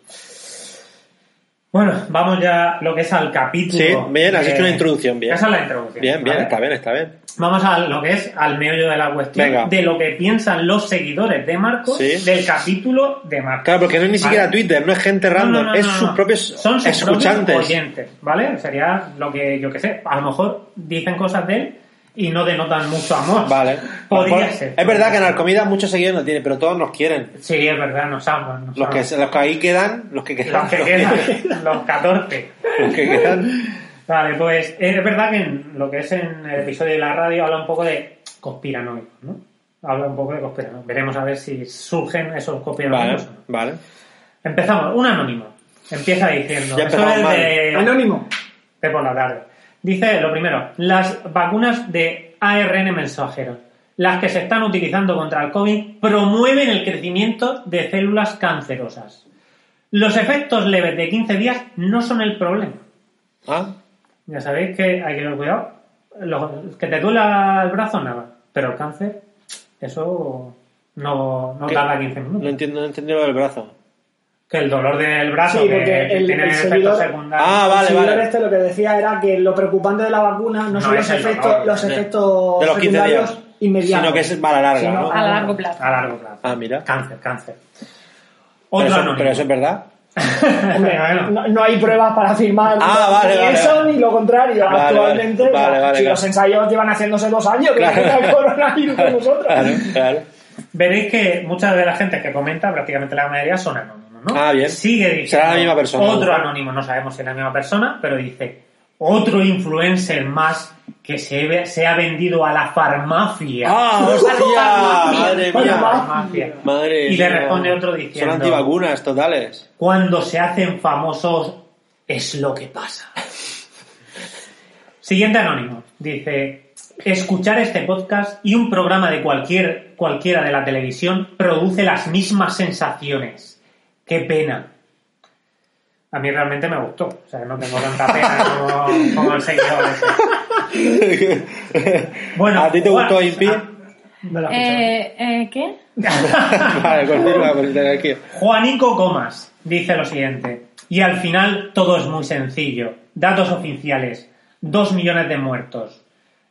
Speaker 2: Bueno, vamos ya lo que es al capítulo.
Speaker 1: Sí, bien, has
Speaker 2: de-
Speaker 1: hecho una introducción, bien.
Speaker 2: Esa es la introducción.
Speaker 1: Bien, bien,
Speaker 2: ¿vale?
Speaker 1: está bien, está bien.
Speaker 2: Vamos a lo que es al meollo de la cuestión,
Speaker 1: Venga.
Speaker 2: de lo que piensan los seguidores de Marcos
Speaker 1: Sí.
Speaker 2: del capítulo de Marcos.
Speaker 1: Claro, porque no es ni
Speaker 2: Vale.
Speaker 1: siquiera Twitter, no es gente
Speaker 2: No,
Speaker 1: random,
Speaker 2: no, no,
Speaker 1: es
Speaker 2: no,
Speaker 1: sus
Speaker 2: no.
Speaker 1: propios
Speaker 2: Son sus
Speaker 1: escuchantes.
Speaker 2: propios oyentes, ¿vale? Sería lo que yo que sé. A lo mejor dicen cosas de él y no denotan mucho amor.
Speaker 1: Vale.
Speaker 2: Podría
Speaker 1: Por-
Speaker 2: ser.
Speaker 1: Es verdad que en Narcomida muchos seguidores no tienen, pero todos nos quieren.
Speaker 2: Sí, es verdad, nos aman. nos
Speaker 1: Los
Speaker 2: aman.
Speaker 1: que, se- los que ahí quedan, los que quedan.
Speaker 2: Los que quedan, los 14.
Speaker 1: los que quedan.
Speaker 2: Vale, pues es verdad que en lo que es en el episodio de la radio habla un poco de conspiranoicos, ¿no? Habla un poco de conspiranoicos. Veremos a ver si surgen esos
Speaker 1: Vale,
Speaker 2: conspiranoicos o no.
Speaker 1: vale.
Speaker 2: Empezamos. Un anónimo. Empieza diciendo.
Speaker 1: Ya
Speaker 2: eso
Speaker 1: empezamos
Speaker 2: es
Speaker 1: mal.
Speaker 2: de-
Speaker 4: Anónimo.
Speaker 2: de por la tarde. Dice lo primero, las vacunas de ARN mensajeros, las que se están utilizando contra el COVID, promueven el crecimiento de células cancerosas. Los efectos leves de 15 días no son el problema.
Speaker 1: Ah,
Speaker 2: Ya sabéis que hay que tener cuidado. Lo- que te duela el brazo, nada. Pero el cáncer, eso no, no
Speaker 1: ¿Qué?
Speaker 2: tarda 15
Speaker 1: no
Speaker 2: minutos.
Speaker 1: entiendo, no entendí lo del brazo.
Speaker 2: Que el dolor del brazo,
Speaker 4: Sí,
Speaker 2: que,
Speaker 4: porque
Speaker 2: que
Speaker 4: el-
Speaker 2: tiene
Speaker 4: el
Speaker 2: efectos
Speaker 4: seguidor-
Speaker 2: secundarios.
Speaker 1: Ah, vale,
Speaker 4: el señor
Speaker 1: vale.
Speaker 4: este lo que decía era que lo preocupante de la vacuna no,
Speaker 2: No
Speaker 4: son
Speaker 2: es
Speaker 4: los
Speaker 2: el
Speaker 4: efectos,
Speaker 2: dolor,
Speaker 4: los
Speaker 1: de-
Speaker 4: efectos
Speaker 1: de los 15
Speaker 4: secundarios
Speaker 1: días,
Speaker 4: inmediatos.
Speaker 1: sino que es para larga, ¿no?
Speaker 2: Ah,
Speaker 3: A largo plazo.
Speaker 2: a largo plazo.
Speaker 1: Ah, mira.
Speaker 2: Cáncer, cáncer.
Speaker 1: Pero
Speaker 2: Otro
Speaker 1: eso,
Speaker 2: anónimo.
Speaker 1: pero eso es verdad.
Speaker 4: Hombre,
Speaker 2: Bueno.
Speaker 4: no, no hay pruebas para afirmar
Speaker 1: Ah, vale,
Speaker 4: ni
Speaker 1: vale,
Speaker 4: eso
Speaker 1: vale.
Speaker 4: ni lo contrario.
Speaker 1: Vale,
Speaker 4: Actualmente,
Speaker 1: vale, vale, vale,
Speaker 4: si
Speaker 1: claro.
Speaker 4: los ensayos llevan haciéndose dos años que
Speaker 1: Claro.
Speaker 4: no está el coronavirus con nosotros.
Speaker 1: Claro, claro.
Speaker 2: Veréis que muchas de la gente que comenta, prácticamente la mayoría, son anónimos, ¿no?
Speaker 1: Ah, bien.
Speaker 2: Sigue diciendo.
Speaker 1: Será la misma persona.
Speaker 2: Otro anónimo, no sabemos si es la misma persona, pero dice: Otro influencer más que se, ve- se ha vendido a la farmacia.
Speaker 1: ¡Ah, hostia! ¡Madre
Speaker 2: A la
Speaker 1: mía!
Speaker 2: farmacia.
Speaker 1: Madre
Speaker 2: Y le
Speaker 1: mía.
Speaker 2: responde otro diciendo:
Speaker 1: Son antivacunas totales.
Speaker 2: Cuando se hacen famosos, es lo que pasa. Siguiente anónimo. Dice, escuchar este podcast y un programa de cualquier, cualquiera de la televisión produce las mismas sensaciones. Qué pena. A mí realmente me gustó. O sea, no tengo tanta pena como, como el seguidor. ese. Bueno,
Speaker 1: ¿A ti te gustó
Speaker 2: bueno,
Speaker 1: Impi?
Speaker 4: Me lo has
Speaker 3: Eh, eh, ¿Qué?
Speaker 1: vale, continúa con el aquí.
Speaker 2: Juanico Comas dice lo siguiente. Y al final todo es muy sencillo. Datos oficiales. 2 millones de muertos.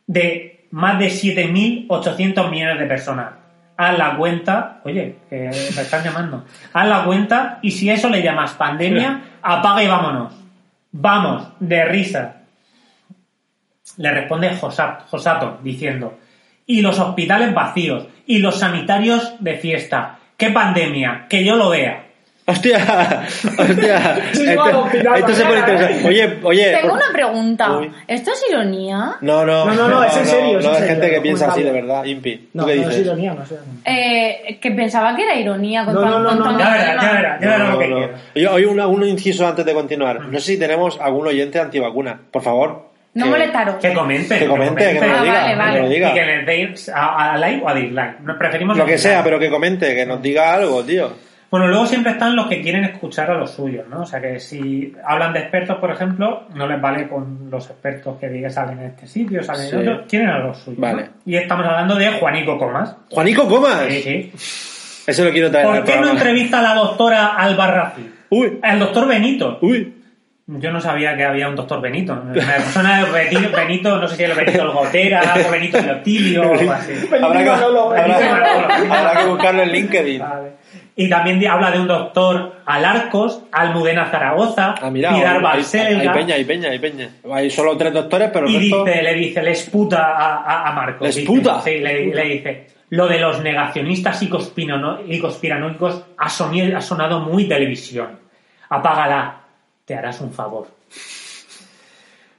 Speaker 2: De más de 7.800 millones de personas. Haz la cuenta. Oye, que me están llamando. Haz la cuenta y si eso le llamas pandemia, apaga y vámonos. Vamos, de risa. Le responde Josa- Josato diciendo, y los hospitales vacíos, y los sanitarios de fiesta. ¿Qué pandemia? Que yo lo vea.
Speaker 1: Hostia, hostia.
Speaker 4: Sí,
Speaker 1: esto,
Speaker 4: vamos, final,
Speaker 1: esto se pone
Speaker 4: mañana, ¿eh?
Speaker 1: interesante. Oye, oye.
Speaker 3: Tengo una pregunta.
Speaker 1: Eh, Uy.
Speaker 3: ¿Esto es ironía?
Speaker 1: No, no.
Speaker 4: No, no, no, es en serio, es
Speaker 1: No,
Speaker 4: en
Speaker 1: hay
Speaker 4: serio,
Speaker 1: gente que
Speaker 4: no,
Speaker 1: piensa así, de
Speaker 4: contable.
Speaker 1: verdad, Impi.
Speaker 4: No,
Speaker 1: ¿Tú qué
Speaker 4: no es
Speaker 1: dices?
Speaker 4: ironía, no es ironía.
Speaker 3: Eh, que pensaba que era ironía. Con
Speaker 4: No,
Speaker 3: tan-
Speaker 4: no, no,
Speaker 3: con
Speaker 4: no,
Speaker 3: tanto
Speaker 2: Ya verás,
Speaker 3: tema.
Speaker 2: ya verás, ya
Speaker 1: No,
Speaker 2: verás lo
Speaker 1: no,
Speaker 2: que
Speaker 1: no.
Speaker 2: quieras.
Speaker 1: Oye, Oye, una- un inciso antes de continuar. No sé si tenemos algún oyente antivacuna. Por favor.
Speaker 3: No
Speaker 1: que-
Speaker 3: molestaros.
Speaker 2: Que comente.
Speaker 1: Que comente, que nos
Speaker 3: Ah,
Speaker 1: lo diga.
Speaker 3: vale,
Speaker 1: Que
Speaker 3: vale.
Speaker 1: nos lo
Speaker 2: Y que
Speaker 1: diga.
Speaker 2: le deis a, a like o a dislike. Nos preferimos
Speaker 1: Lo que
Speaker 2: like.
Speaker 1: sea, pero que comente, que nos diga algo, tío.
Speaker 2: Bueno, luego siempre están los que quieren escuchar a los suyos, ¿no? O sea, que si hablan de expertos, por ejemplo, no les vale con los expertos que digan salen en este sitio, salen
Speaker 1: Sí.
Speaker 2: en otro, quieren a los suyos.
Speaker 1: Vale.
Speaker 2: ¿no? Y estamos hablando de Juanico Comas.
Speaker 1: Juanico Comas.
Speaker 2: Sí, sí.
Speaker 1: Eso lo quiero traer. al
Speaker 2: ¿Por qué no
Speaker 1: programa.
Speaker 2: entrevista a la doctora Albarraci?
Speaker 1: Uy,
Speaker 2: El doctor Benito.
Speaker 1: uy.
Speaker 2: Yo no sabía que había un doctor Benito. Me persona de Benito, Benito, no sé si es el Benito el Gotera o Benito el Otilio o algo así.
Speaker 1: Habrá que,
Speaker 4: Manolo,
Speaker 1: habrá-
Speaker 2: Benito Manolo.
Speaker 1: habrá que buscarlo en LinkedIn.
Speaker 2: Vale. Y también di- habla de un doctor Alarcos, Almudena Zaragoza,
Speaker 1: Ah, mira, hay-
Speaker 2: Pilar
Speaker 1: hay, hay
Speaker 2: Balselga.
Speaker 1: peña, hay peña, hay peña. Hay solo tres doctores, pero el
Speaker 2: Y
Speaker 1: resto-
Speaker 2: dice, le dice, les puta a, a- a Marcos.
Speaker 1: Les
Speaker 2: dice.
Speaker 1: puta.
Speaker 2: Sí, le, le dice. Lo de los negacionistas y, conspirano- y conspiranoicos ha, soni- ha sonado muy televisión. Apágala, te harás un favor.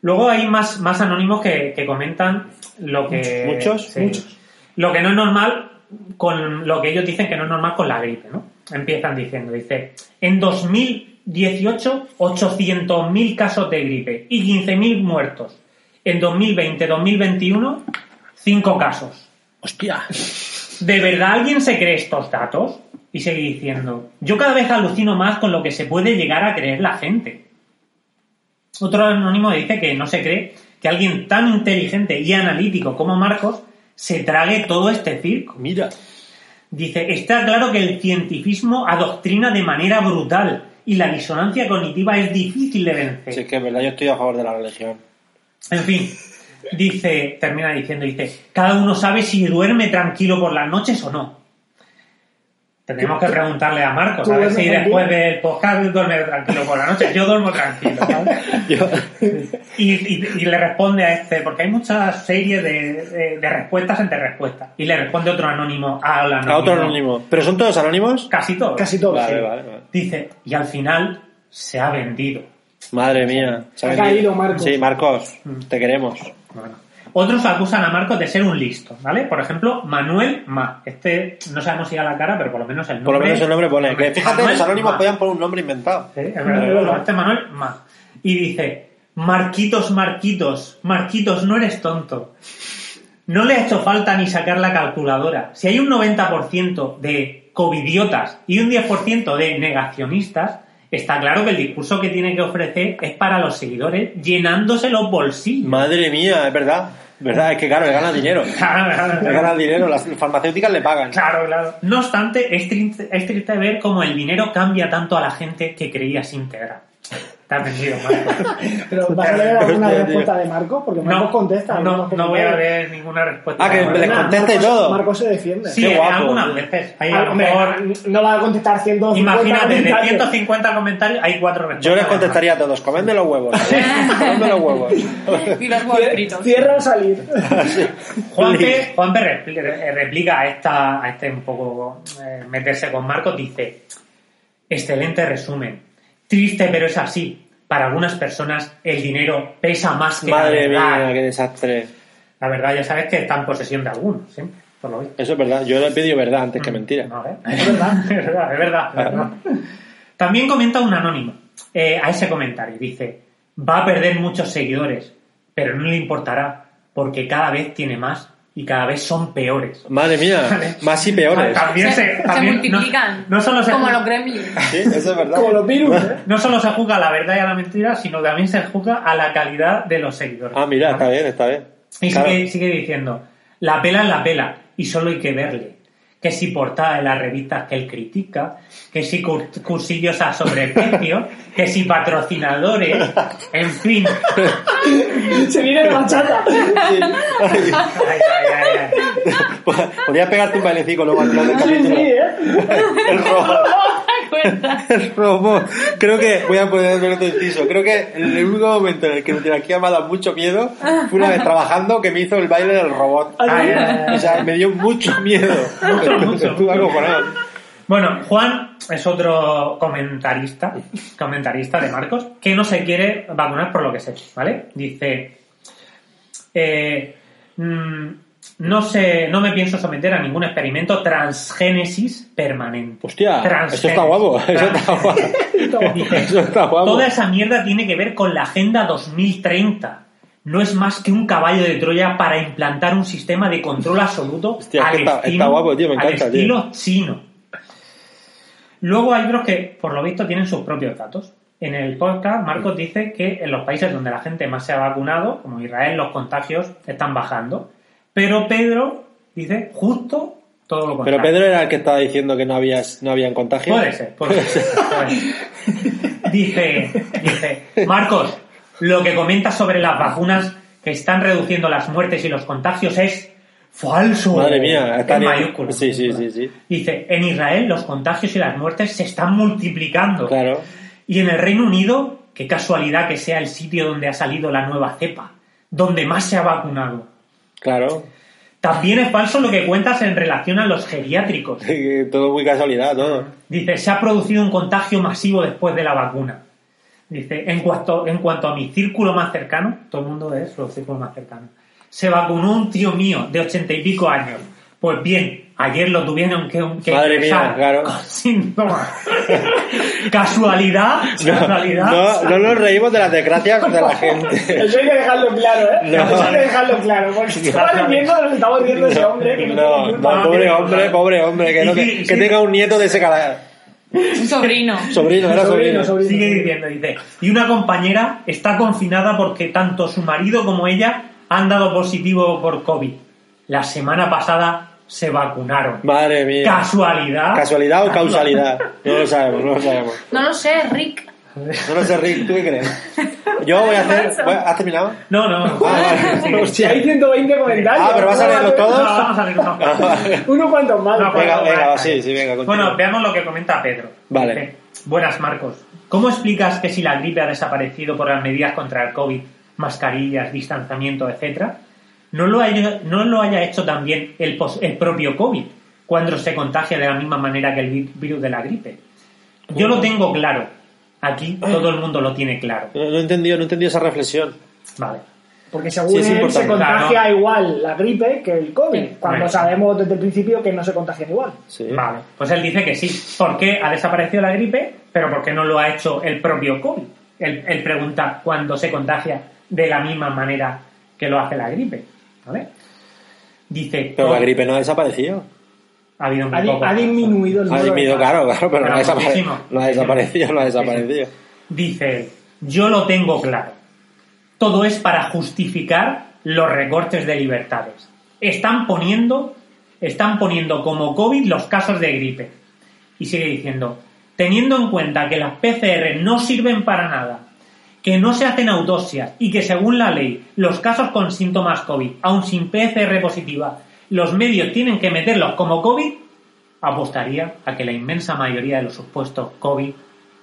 Speaker 2: Luego hay más, más anónimos que, que comentan lo que.
Speaker 1: Muchos, muchos.
Speaker 2: Lo que no es normal con lo que ellos dicen que no es normal con la gripe, ¿no? Empiezan diciendo, dice, en 2018 800.000 casos de gripe y 15.000 muertos. En 2020-2021 5 casos.
Speaker 1: Hostia.
Speaker 2: ¿De verdad alguien se cree estos datos? Y sigue diciendo, yo cada vez alucino más con lo que se puede llegar a creer la gente. Otro anónimo dice que no se cree que alguien tan inteligente y analítico como Marcos se trague todo este circo.
Speaker 1: Mira.
Speaker 2: Dice, está claro que el cientifismo adoctrina de manera brutal y la disonancia cognitiva es difícil de vencer.
Speaker 1: Sí, es que es verdad, yo estoy a favor de la religión.
Speaker 2: En fin, dice, termina diciendo, dice, cada uno sabe si duerme tranquilo por las noches o no. Tendremos que preguntarle a Marcos
Speaker 4: ¿Tú
Speaker 2: a ver
Speaker 4: duermes
Speaker 2: si
Speaker 4: tranquilo?
Speaker 2: después del podcast duerme tranquilo por la noche. Yo duermo tranquilo, ¿vale?
Speaker 1: Yo-
Speaker 2: Y, y- y le responde a este, porque hay mucha serie de, de- de respuestas entre respuestas. Y le responde otro anónimo al anónimo.
Speaker 1: a otro anónimo. ¿Pero son todos anónimos?
Speaker 2: Casi todo.
Speaker 4: Casi todo.
Speaker 1: Vale,
Speaker 4: sí.
Speaker 1: vale, vale.
Speaker 2: Dice, y al final se ha vendido.
Speaker 1: Madre mía.
Speaker 4: Ha caído Marcos.
Speaker 1: Sí, Marcos,
Speaker 2: Mm.
Speaker 1: te queremos.
Speaker 2: Bueno. Otros acusan a Marcos de ser un listo, ¿vale? Por ejemplo, Manuel Ma. Este no sabemos si a la cara, pero por lo menos el nombre.
Speaker 1: Por lo menos el nombre pone. Que fíjate,
Speaker 2: Manuel
Speaker 1: los anónimos
Speaker 2: Ma.
Speaker 1: podían poner un nombre inventado.
Speaker 2: Sí, es verdad, es verdad. Este Manuel Ma. Y dice, Marquitos, Marquitos, Marquitos, no eres tonto. No le ha hecho falta ni sacar la calculadora. Si hay un 90% de covidiotas y un 10% de negacionistas, está claro que el discurso que tiene que ofrecer es para los seguidores llenándose los bolsillos.
Speaker 1: Madre mía, es verdad. ¿Verdad? Es que claro, le gana dinero. Le gana dinero, las farmacéuticas le pagan.
Speaker 2: Claro, claro. No obstante, es triste, es triste ver cómo el dinero cambia tanto a la gente que creías íntegra. Te has vendido, Marco.
Speaker 4: Pero vas a leer alguna
Speaker 1: Hostia, tío.
Speaker 4: respuesta de Marco, porque Marcos
Speaker 2: No,
Speaker 4: contesta.
Speaker 2: no,
Speaker 4: Marcos
Speaker 2: no voy a
Speaker 4: contesta.
Speaker 2: ver ninguna respuesta.
Speaker 1: Ah, que
Speaker 2: Bueno,
Speaker 1: les
Speaker 4: Nada,
Speaker 1: contesta y
Speaker 4: Marcos-
Speaker 1: todo.
Speaker 4: Marcos se defiende.
Speaker 2: Sí,
Speaker 1: Qué guapo.
Speaker 2: algunas veces. Ahí a
Speaker 4: Ah,
Speaker 2: lo
Speaker 4: hombre,
Speaker 2: mejor,
Speaker 4: no la va a contestar 150
Speaker 2: imagínate, de
Speaker 4: comentarios.
Speaker 2: 150 comentarios hay cuatro respuestas.
Speaker 1: Yo les contestaría a todos, comedme los huevos. Comedme los huevos.
Speaker 3: Y los huevos fritos.
Speaker 4: Cierra o salir.
Speaker 2: Juanpe, Juanpe repli- eh, replica a, esta, a este un poco eh, meterse con Marcos, dice, excelente resumen, triste pero es así, para algunas personas el dinero pesa más que
Speaker 1: Madre
Speaker 2: la verdad.
Speaker 1: mía, qué desastre.
Speaker 2: La verdad ya sabes que está en posesión de algunos, siempre, por lo visto.
Speaker 1: Eso es verdad. Yo le he pedido verdad antes que mentira.
Speaker 2: No, ¿eh? Es verdad, es verdad, es verdad, es verdad. También comenta un anónimo eh, a ese comentario. Dice, va a perder muchos seguidores, pero no le importará, porque cada vez tiene más y cada vez son peores.
Speaker 1: Madre mía,
Speaker 2: Vale.
Speaker 1: más y peores.
Speaker 2: También se,
Speaker 3: se, se
Speaker 2: también no-
Speaker 3: multiplican.
Speaker 2: No, solo se
Speaker 3: como
Speaker 2: juzga,
Speaker 3: los gremlins.
Speaker 1: Sí, eso es verdad.
Speaker 4: Como los virus, ¿eh?
Speaker 2: no solo se juzga a la verdad y a la mentira, sino también se juzga a la calidad de los seguidores.
Speaker 1: Ah, mira, está bien, está bien.
Speaker 2: Y
Speaker 1: Claro.
Speaker 2: sigue, sigue diciendo, la pela es la pela y solo hay que verle. que si portada de las revistas que él critica, que si cur- cursillos a sobreprecio, que si patrocinadores, en fin.
Speaker 4: ¿eh? Se viene la bachata.
Speaker 2: Ay, ay, ay, ay.
Speaker 1: Pues, Podrías pegarte un bailecito luego al final del
Speaker 4: Sí, sí,
Speaker 1: capítulo.
Speaker 4: ¿eh?
Speaker 1: El robot.
Speaker 3: Oh,
Speaker 1: El robot. Creo que voy a poner ver otro inciso. Creo que el único momento en el que Nutrilaquía me ha dado mucho miedo fue una vez trabajando que me hizo el baile del robot.
Speaker 2: Ay, ay, ay.
Speaker 1: O sea, me dio mucho miedo.
Speaker 2: Mucho, mucho.
Speaker 1: Estuve acojonado.
Speaker 2: Bueno, Juan es otro comentarista, comentarista de Marcos, que no se quiere vacunar por lo que sé, ¿vale? Dice, eh, mm, no sé, no me pienso someter a ningún experimento transgénesis permanente.
Speaker 1: Hostia,
Speaker 2: Transgénesis.
Speaker 1: eso está guapo. Eso está guapo.
Speaker 2: Dice,
Speaker 1: Eso está guapo.
Speaker 2: Toda esa mierda tiene que ver con la Agenda 2030. No es más que un caballo de Troya para implantar un sistema de control absoluto
Speaker 1: Hostia, es
Speaker 2: al,
Speaker 1: que está- está
Speaker 2: estilo,
Speaker 1: guapo, tío, me
Speaker 2: al
Speaker 1: encanta, tío.
Speaker 2: estilo chino. Luego hay otros que, por lo visto, tienen sus propios datos. En el podcast, Marcos dice que en los países donde la gente más se ha vacunado, como Israel, los contagios están bajando. Pero Pedro dice justo todo lo contrario.
Speaker 1: Pero Pedro era el que estaba diciendo que no, había, no habían contagios.
Speaker 2: Puede ser, puede ser. puede ser. Dice, dice, Marcos, lo que comentas sobre las vacunas que están reduciendo las muertes y los contagios es falso.
Speaker 1: Madre mía, está
Speaker 2: en
Speaker 1: bien.
Speaker 2: mayúsculas.
Speaker 1: Sí, sí,
Speaker 2: mayúsculas.
Speaker 1: sí, sí.
Speaker 2: Dice, en Israel los contagios y las muertes se están multiplicando.
Speaker 1: Claro.
Speaker 2: Y en el Reino Unido, qué casualidad que sea el sitio donde ha salido la nueva cepa, donde más se ha vacunado.
Speaker 1: Claro.
Speaker 2: También es falso lo que cuentas en relación a los geriátricos.
Speaker 1: Todo muy casualidad, todo.
Speaker 2: Dice, se ha producido un contagio masivo después de la vacuna. Dice, en cuanto, en cuanto a mi círculo más cercano, todo el mundo es su círculo más cercano, se vacunó un tío mío de ochenta y pico años. Pues bien, ayer lo tuvieron que, que
Speaker 1: Madre
Speaker 2: ingresar
Speaker 1: mía, claro.
Speaker 2: con síntomas. casualidad, casualidad.
Speaker 1: No, no nos reímos de las desgracias de la gente.
Speaker 4: Eso hay que dejarlo claro, ¿eh?
Speaker 1: No.
Speaker 4: Eso hay que dejarlo claro. Porque se va vendiendo de lo que estamos viendo ese hombre. Que no,
Speaker 1: No,
Speaker 4: tiene
Speaker 1: no,
Speaker 4: culpa.
Speaker 1: pobre hombre, pobre hombre, que, no
Speaker 2: Y sí,
Speaker 1: te- que
Speaker 2: sí.
Speaker 1: tenga un nieto de ese cara.
Speaker 3: Un sobrino.
Speaker 1: Sobrino, era sobrino.
Speaker 2: Sigue diciendo, dice, y una compañera está confinada porque tanto su marido como ella han dado positivo por COVID. La semana pasada se vacunaron.
Speaker 1: Madre mía.
Speaker 2: ¿Casualidad?
Speaker 1: ¿Casualidad o causalidad? No lo sabemos, no lo sabemos.
Speaker 3: No lo sé, Rick.
Speaker 1: No lo sé, Rick, ¿tú qué crees? Yo voy a hacer... voy a- ¿Has terminado?
Speaker 2: No, no.
Speaker 1: Ah, vale.
Speaker 2: Sigue.
Speaker 4: Si
Speaker 1: Hostia.
Speaker 4: hay 120 comentarios.
Speaker 1: Ah, pero vas a leerlos
Speaker 2: No,
Speaker 1: todos.
Speaker 2: vamos a ver, no.
Speaker 1: Ah, vale.
Speaker 4: Uno cuantos más.
Speaker 2: No,
Speaker 1: Venga,
Speaker 2: bueno,
Speaker 1: venga,
Speaker 2: vale.
Speaker 1: sí, sí, venga, continúa.
Speaker 2: Bueno, veamos lo que comenta Pedro.
Speaker 1: Vale.
Speaker 2: Dice, Buenas, Marcos. ¿Cómo explicas que si la gripe ha desaparecido por las medidas contra el COVID, mascarillas, distanciamiento, etcétera, no lo haya, no lo haya hecho también el, pos- el propio COVID, cuando se contagia de la misma manera que el vi- virus de la gripe? Yo lo tengo claro. Aquí todo el mundo lo tiene claro.
Speaker 1: No, no he entendido, no he entendido esa reflexión.
Speaker 2: Vale.
Speaker 4: Porque según
Speaker 1: Sí, es
Speaker 4: él se
Speaker 1: importante.
Speaker 4: contagia
Speaker 2: Claro.
Speaker 4: igual la gripe que el COVID.
Speaker 3: Sí.
Speaker 4: Cuando
Speaker 2: Correcto.
Speaker 4: sabemos desde el principio que no se contagian igual.
Speaker 1: Sí.
Speaker 2: Vale, pues él dice que sí. ¿Por qué ha desaparecido la gripe? Pero porque no lo ha hecho el propio COVID. Él, él pregunta cuándo se contagia de la misma manera que lo hace la gripe. ¿Vale? Dice.
Speaker 1: Pero la
Speaker 2: "Por-
Speaker 1: gripe no ha desaparecido.
Speaker 2: Ha habido un
Speaker 4: Ha, di-
Speaker 2: poco.
Speaker 4: ha disminuido el
Speaker 1: Ha
Speaker 4: número de
Speaker 1: disminuido,
Speaker 4: casos.
Speaker 1: claro, claro, pero no ha,
Speaker 2: Pero
Speaker 1: desapare-
Speaker 2: muchísimo.
Speaker 1: no ha desaparecido, no ha desaparecido.
Speaker 2: Dice, yo lo tengo claro. Todo es para justificar los recortes de libertades. Están poniendo, están poniendo como COVID los casos de gripe. Y sigue diciendo, teniendo en cuenta que las PCR no sirven para nada, que no se hacen autopsias y que según la ley, los casos con síntomas COVID, aun sin PCR positiva, los medios tienen que meterlos como COVID, apostaría a que la inmensa mayoría de los supuestos COVID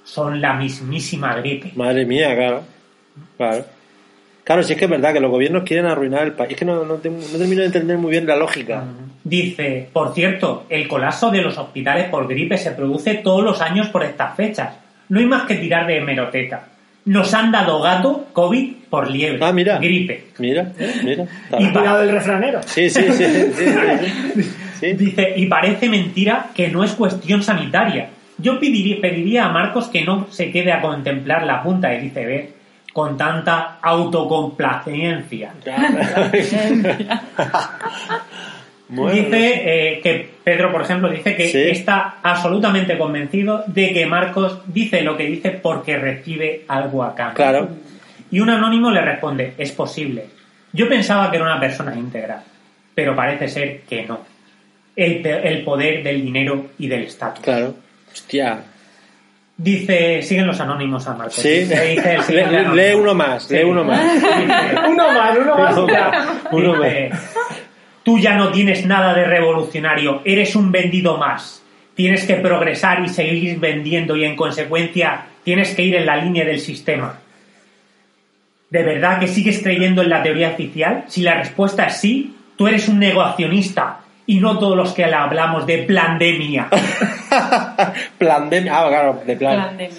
Speaker 2: son la mismísima gripe.
Speaker 1: Madre mía, claro. Claro. Claro, si es que es verdad que los gobiernos quieren arruinar el país. Es que no, no, te- no termino de entender muy bien la lógica.
Speaker 2: Dice, por cierto, el colapso de los hospitales por gripe se produce todos los años por estas fechas. No hay más que tirar de hemeroteca. Nos han dado gato COVID por liebre.
Speaker 1: Ah, mira.
Speaker 2: Gripe.
Speaker 1: Mira, mira. está
Speaker 2: Y
Speaker 1: bien.
Speaker 2: va-
Speaker 4: Cuidado del refranero.
Speaker 1: Sí, sí, sí. sí, sí, sí. Sí.
Speaker 2: Dice, y parece mentira que no es cuestión sanitaria. Yo pediría, pediría a Marcos que no se quede a contemplar la punta del iceberg con tanta autocomplacencia.
Speaker 1: Bueno.
Speaker 2: Dice eh, que Pedro, por ejemplo, dice que
Speaker 1: Sí.
Speaker 2: está absolutamente convencido de que Marcos dice lo que dice porque recibe algo a cambio.
Speaker 1: Claro.
Speaker 2: Y un anónimo le responde, es posible. Yo pensaba que era una persona íntegra, pero parece ser que no. el, pe- el poder del dinero y del estatus.
Speaker 1: Claro. Hostia.
Speaker 2: Dice, siguen los anónimos a Marco.
Speaker 1: Sí.
Speaker 2: Le Pues dice el
Speaker 1: Le-
Speaker 2: señor
Speaker 1: le-
Speaker 2: anónimo.
Speaker 1: lee uno más,
Speaker 2: Sí.
Speaker 1: lee uno más.
Speaker 2: Dice,
Speaker 4: Uno más, uno más.
Speaker 1: Uno
Speaker 4: ya.
Speaker 1: más. Uno más.
Speaker 2: Dice, Tú ya no tienes nada de revolucionario, eres un vendido más. Tienes que progresar y seguir vendiendo y en consecuencia tienes que ir en la línea del sistema. ¿De verdad que sigues creyendo en la teoría oficial? Si la respuesta es sí, tú eres un negacionista y no todos los que le hablamos de pandemia.
Speaker 1: Plandemia. Ah, claro, de plan.
Speaker 3: Grande.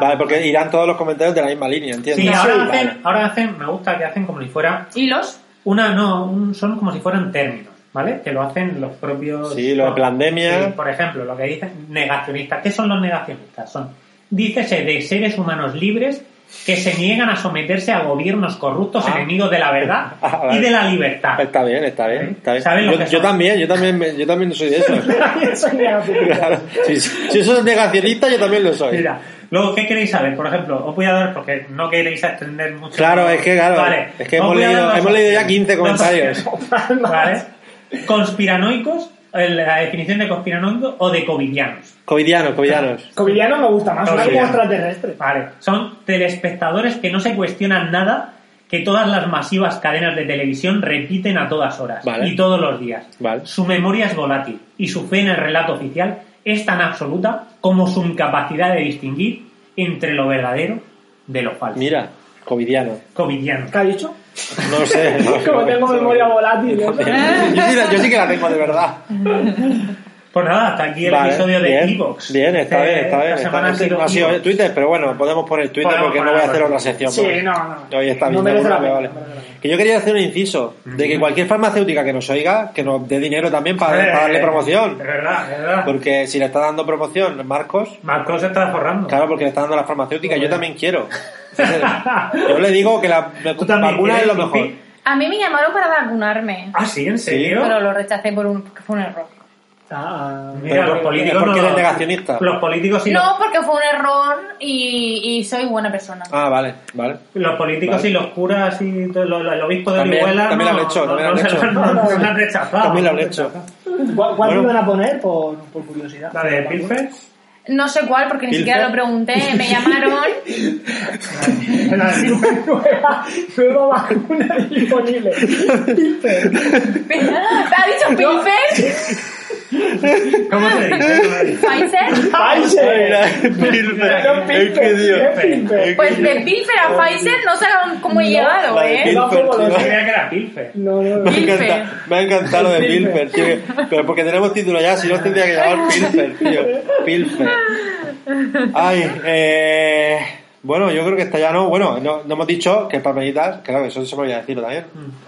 Speaker 1: Vale, porque irán todos los comentarios de la misma línea, ¿entiendes?
Speaker 2: Sí, ahora
Speaker 1: Vale.
Speaker 2: hacen, ahora hacen, me gusta que hacen como si fuera
Speaker 3: Hilos.
Speaker 2: Una no, un- son como si fueran términos, ¿vale? Que lo hacen los propios.
Speaker 1: Sí, lo de pandemia.
Speaker 2: Sí, por ejemplo, lo que dicen negacionistas. ¿Qué son los negacionistas? Son, dícese de seres humanos libres que se niegan a someterse a gobiernos corruptos,
Speaker 1: Ah.
Speaker 2: enemigos de la verdad
Speaker 1: Ah, vale.
Speaker 2: y de la libertad.
Speaker 1: Está bien, está bien. Está bien.
Speaker 2: ¿Saben lo
Speaker 1: Yo,
Speaker 2: que
Speaker 1: yo
Speaker 2: son?
Speaker 1: también, yo también, me- yo también soy de eso.
Speaker 4: Eso ni a puta.
Speaker 1: Claro. Si, si eso es negacionista, yo también lo soy.
Speaker 2: Mira, luego, ¿qué queréis saber? Por ejemplo, os voy a dar, porque no queréis extender mucho.
Speaker 1: Claro, es que, claro,
Speaker 2: Vale,
Speaker 1: es que
Speaker 2: os
Speaker 1: hemos
Speaker 2: voy a dar
Speaker 1: leído-
Speaker 2: dos
Speaker 1: hemos leído ya
Speaker 2: opciones.
Speaker 1: 15
Speaker 2: Dos
Speaker 1: comentarios.
Speaker 2: opciones, ¿Vale? Conspiranoicos, eh, la definición de conspiranoicos o de covidianos.
Speaker 1: Covidianos, covidianos.
Speaker 4: Covidiano me gusta más, suena como
Speaker 2: Covidiano.
Speaker 4: extraterrestre.
Speaker 2: Vale, son telespectadores que no se cuestionan nada que todas las masivas cadenas de televisión repiten a todas horas
Speaker 1: Vale.
Speaker 2: y todos los días.
Speaker 1: Vale.
Speaker 2: Su memoria es volátil y su fe en el relato oficial es tan absoluta como su incapacidad de distinguir entre lo verdadero de lo falso.
Speaker 1: Mira, covidiano.
Speaker 2: Covidiano.
Speaker 4: ¿Qué ha dicho?
Speaker 1: No sé.
Speaker 4: Como tengo memoria volátil.
Speaker 1: yo,
Speaker 4: ¿no?
Speaker 1: sí, la- yo sí que la tengo de verdad.
Speaker 2: Pues nada, hasta aquí el
Speaker 1: Vale,
Speaker 2: episodio
Speaker 1: bien,
Speaker 2: de Evox.
Speaker 1: Bien, está
Speaker 4: Eh,
Speaker 1: bien, está bien.
Speaker 2: Esta
Speaker 1: está-
Speaker 2: semana
Speaker 1: este no
Speaker 2: ha
Speaker 1: ha
Speaker 2: sido
Speaker 1: sido
Speaker 2: Evox.
Speaker 1: Twitter, pero bueno, podemos poner Twitter
Speaker 2: Podemos
Speaker 1: porque no voy a
Speaker 2: ponerlo.
Speaker 1: hacer otra sección.
Speaker 4: Sí,
Speaker 1: porque
Speaker 4: no, no.
Speaker 1: Hoy está
Speaker 4: No
Speaker 1: bien,
Speaker 4: merece
Speaker 1: bueno,
Speaker 4: la pena,
Speaker 1: vale.
Speaker 4: no merece la pena.
Speaker 1: Que yo quería hacer un inciso de que cualquier farmacéutica que nos oiga, que nos dé dinero también para,
Speaker 2: Eh,
Speaker 1: para darle
Speaker 2: Es
Speaker 1: promoción.
Speaker 2: verdad, es verdad.
Speaker 1: Porque si le está dando promoción, Marcos,
Speaker 2: Marcos se está forrando.
Speaker 1: claro, porque le está dando a la farmacéutica, yo también quiero. Yo le digo que la
Speaker 2: Tú también
Speaker 1: vacuna es lo
Speaker 2: quieres,
Speaker 1: mejor.
Speaker 2: Lupi.
Speaker 3: A mí me llamaron para vacunarme,
Speaker 2: Ah, sí, en serio.
Speaker 3: pero lo rechacé por un, porque fue un error.
Speaker 4: Ah, ah,
Speaker 2: Mira,
Speaker 1: Pero
Speaker 2: los
Speaker 1: ¿por qué-
Speaker 2: políticos
Speaker 1: por qué
Speaker 2: no-
Speaker 1: eres negacionista?
Speaker 2: Los políticos y
Speaker 3: No, porque fue un error y, y soy buena persona.
Speaker 1: Ah, vale, vale.
Speaker 2: los, los políticos
Speaker 1: Vale.
Speaker 2: y los curas y todo lo- lo- el obispo de
Speaker 1: También-
Speaker 2: Orihuela
Speaker 1: también
Speaker 2: no,
Speaker 1: lo han hecho,
Speaker 2: no-
Speaker 1: también
Speaker 2: no
Speaker 1: lo han
Speaker 2: se
Speaker 1: hecho.
Speaker 2: no, no se lo han rechazado.
Speaker 1: También lo han hecho.
Speaker 4: ¿Cuál, cuál
Speaker 1: Bueno.
Speaker 4: iban a poner por, por curiosidad?
Speaker 2: La de Pilfer,
Speaker 3: No sé cuál, porque ni
Speaker 1: Pilfer.
Speaker 3: siquiera lo pregunté. Me llamaron.
Speaker 2: la de Pilfer.
Speaker 4: nueva, nueva vacuna disponible.
Speaker 3: ¿Ha dicho Pilfer?
Speaker 2: ¿Cómo se dice? ¿Cómo se dice?
Speaker 3: ¿Pfizer?
Speaker 4: ¡Pfizer!
Speaker 1: Pilfer,
Speaker 4: Pilfer,
Speaker 1: es que Dios.
Speaker 4: es Pilfer.
Speaker 3: Pues de Pilfer a Pfizer no sé cómo he llegado,
Speaker 1: la de
Speaker 3: ¿eh?
Speaker 1: Pilfer.
Speaker 4: No, como
Speaker 1: tío.
Speaker 4: lo
Speaker 2: Yo
Speaker 4: sé.
Speaker 2: creía que era Pilfer.
Speaker 4: No, no,
Speaker 1: Me
Speaker 4: no.
Speaker 1: ha
Speaker 3: Pilfer.
Speaker 1: encantado, me ha encantado lo de Pilfer,
Speaker 4: Pilfer.
Speaker 1: tío. Pero porque tenemos título ya, si no tendría que llamar Pilfer, tío. Pilfer. Ay, eh, bueno, yo creo que está ya no. Bueno, no, no hemos dicho que el Palmeritas, claro que eso se me olvidó decirlo también,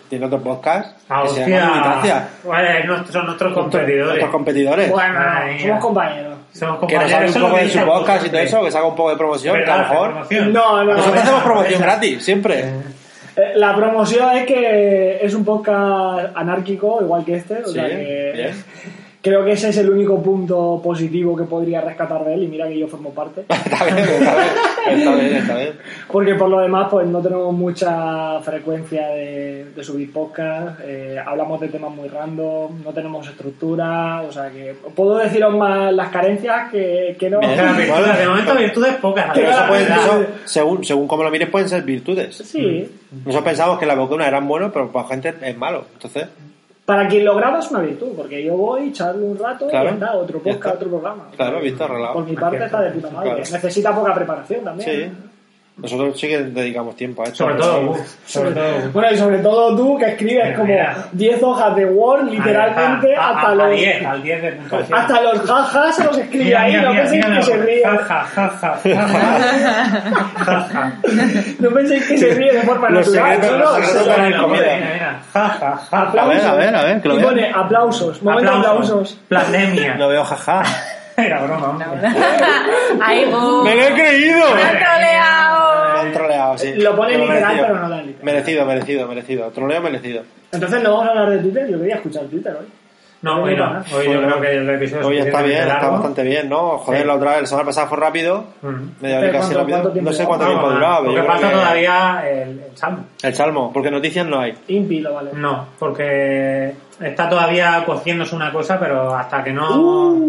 Speaker 1: tiene otro podcast
Speaker 2: Ah,
Speaker 1: que se llama Militancia.
Speaker 2: hostia. Vale, no- son nuestros competidores.
Speaker 1: Nuestros competidores.
Speaker 4: Bueno,
Speaker 2: Madre mía.
Speaker 4: somos compañeros.
Speaker 2: Somos
Speaker 1: que nos
Speaker 2: compañeros.
Speaker 1: hable
Speaker 2: Eso
Speaker 1: un
Speaker 2: es lo
Speaker 1: poco
Speaker 2: que
Speaker 1: de su
Speaker 2: dice
Speaker 1: podcast y todo
Speaker 2: Alcurte.
Speaker 1: eso, que se haga un poco de promoción, que a lo
Speaker 2: ¿Verdad?
Speaker 1: mejor.
Speaker 2: Promoción.
Speaker 4: No, no,
Speaker 1: Nosotros
Speaker 4: Venga,
Speaker 1: hacemos promoción
Speaker 2: venga.
Speaker 1: gratis, siempre.
Speaker 4: Eh, La promoción es que es un podcast anárquico, igual que este. O
Speaker 1: Sí,
Speaker 4: sea que
Speaker 1: bien.
Speaker 4: creo que ese es el único punto positivo que podría rescatar de él. Y mira que yo formo parte.
Speaker 1: Está bien, está bien, está bien, está bien.
Speaker 4: Porque por lo demás, pues no tenemos mucha frecuencia de, de subir podcast, eh, hablamos de temas muy random, no tenemos estructura, o sea que puedo deciros más las carencias que, que no.
Speaker 1: Bien.
Speaker 2: Claro, virtudes, de momento virtudes pocas.
Speaker 1: Pero eso
Speaker 2: la
Speaker 1: puede-
Speaker 2: verdad.
Speaker 1: eso, según, según como lo mires, pueden ser virtudes.
Speaker 4: Sí,
Speaker 1: Nosotros pensamos que las vacunas eran buenas, pero para gente es malo. Entonces,
Speaker 4: para quien lo graba es una virtud, porque yo voy, charlo un rato,
Speaker 1: Claro.
Speaker 4: y ya está, otro
Speaker 1: Ya
Speaker 4: podcast,
Speaker 1: está.
Speaker 4: otro programa.
Speaker 1: claro, visto arreglado.
Speaker 4: Por mi parte
Speaker 2: Cierto.
Speaker 4: está de puta madre.
Speaker 1: Claro.
Speaker 4: Necesita poca preparación también.
Speaker 1: Sí. Nosotros sí que dedicamos tiempo a esto.
Speaker 2: Sobre todo, uh, Gus, sobre todo. Gus.
Speaker 4: Bueno, y sobre todo tú que escribes
Speaker 2: Mira,
Speaker 4: como
Speaker 2: mira.
Speaker 4: 10 hojas de Word, literalmente,
Speaker 2: A- a-
Speaker 4: hasta
Speaker 2: a,
Speaker 4: los...
Speaker 2: 10, al 10 de puntuación.
Speaker 4: Hasta los jajas se los escribe
Speaker 2: Mira,
Speaker 4: ahí,
Speaker 2: mira,
Speaker 4: no
Speaker 2: mira,
Speaker 4: penséis
Speaker 2: mira,
Speaker 4: que se
Speaker 2: mira.
Speaker 4: ríe.
Speaker 2: Ja, ja, ja, ja, ja. Ja, ja.
Speaker 4: No penséis que se ríe de forma
Speaker 1: Los
Speaker 4: natural.
Speaker 1: secretos, los
Speaker 4: no, no,
Speaker 1: secretos
Speaker 4: se-
Speaker 1: de la
Speaker 2: Mira,
Speaker 1: comida.
Speaker 2: mira, mira. Ja, ja, ja, ja.
Speaker 1: A ver, a ver, a ver, que lo
Speaker 4: y
Speaker 1: vea.
Speaker 4: pone aplausos, momento de aplausos.
Speaker 2: Pandemia.
Speaker 1: Lo veo jaja.
Speaker 2: Era broma, hombre.
Speaker 3: Ay, bu.
Speaker 1: ¡Me lo he creído!
Speaker 3: Me han troleado.
Speaker 1: Me han
Speaker 2: Eh,
Speaker 1: troleado, sí.
Speaker 4: Lo pone
Speaker 1: Pero
Speaker 4: literal,
Speaker 1: merecido.
Speaker 4: pero no tan literal.
Speaker 1: Merecido, merecido, merecido. Troleo merecido.
Speaker 4: Entonces no vamos a hablar de Twitter, yo quería escuchar Twitter hoy.
Speaker 2: No, hoy no. Hoy yo creo que el episodio es
Speaker 1: Hoy está
Speaker 2: suficientemente
Speaker 1: bien, está
Speaker 2: largo.
Speaker 1: bastante bien, ¿no? Joder,
Speaker 2: Sí.
Speaker 1: la otra vez, la semana pasada fue rápido.
Speaker 2: Ujú.
Speaker 1: Media hora casi
Speaker 4: Pero ¿cuánto-
Speaker 1: rápido.
Speaker 4: cuánto tiempo
Speaker 1: No sé
Speaker 4: llevamos?
Speaker 1: cuánto tiempo
Speaker 2: Vamos,
Speaker 1: duraba. pero
Speaker 2: Porque
Speaker 1: yo creo
Speaker 2: falta
Speaker 1: que-
Speaker 2: todavía el, el salmo.
Speaker 1: El salmo, porque noticias no hay.
Speaker 4: Impi lo vale.
Speaker 2: No, porque está todavía cociéndose una cosa, pero hasta que no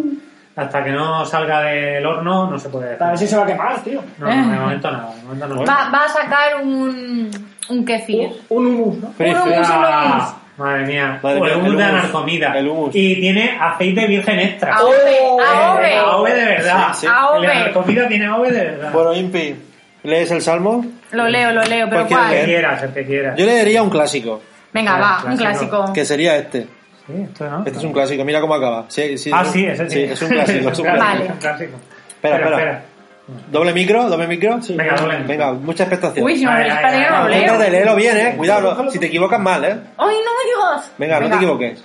Speaker 2: hasta que no salga del horno no se puede
Speaker 4: A ver si
Speaker 2: decir.
Speaker 4: se va a quemar, tío.
Speaker 2: No, no, de momento nada, de momento no.
Speaker 3: Va, va a sacar un, un kefir.
Speaker 4: Un humus, ¿no?
Speaker 1: Pero
Speaker 3: Uno,
Speaker 1: espera,
Speaker 3: un solo humus.
Speaker 2: Madre mía,
Speaker 1: Madre
Speaker 2: O
Speaker 1: mía,
Speaker 2: el
Speaker 1: el
Speaker 2: humus de
Speaker 1: humus.
Speaker 2: Anarcomida.
Speaker 1: El humus.
Speaker 2: Y tiene aceite virgen extra.
Speaker 3: Aove,
Speaker 2: Eh, AOV
Speaker 3: aove.
Speaker 2: de verdad.
Speaker 1: Sí, sí.
Speaker 2: El
Speaker 3: Aove.
Speaker 2: de Anarcomida tiene AOV de verdad.
Speaker 1: Bueno, Impi, ¿lees el salmo?
Speaker 3: Lo leo, lo leo, pero
Speaker 1: Pues quiero
Speaker 2: el que
Speaker 3: ¿cuál?
Speaker 1: leer.
Speaker 2: quieras, el que quieras.
Speaker 1: Yo leería un clásico,
Speaker 3: Venga,
Speaker 2: Ah,
Speaker 3: va, un
Speaker 2: clásico.
Speaker 3: clásico.
Speaker 1: que sería este.
Speaker 2: Sí, esto, ¿no?
Speaker 1: Este es un clásico, mira cómo acaba. Sí, sí,
Speaker 2: Ah,
Speaker 1: ¿no?
Speaker 2: sí, ese sí.
Speaker 1: Sí, es un clásico. es un
Speaker 3: Vale.
Speaker 1: clásico.
Speaker 2: Es un clásico.
Speaker 1: Espera, espera. ¿Doble micro? ¿Doble micro?
Speaker 4: Sí.
Speaker 2: Venga, doble.
Speaker 1: Venga, mucha expectación.
Speaker 3: Uy, si no me
Speaker 2: Ay, ay,
Speaker 3: espera que no
Speaker 2: ay,
Speaker 3: lo
Speaker 2: ay,
Speaker 3: leo.
Speaker 1: Espérate, léelo bien, eh. Cuidado, no- si te equivocas mal, eh.
Speaker 3: ¡Ay, no me digas!
Speaker 1: Venga, no te equivoques.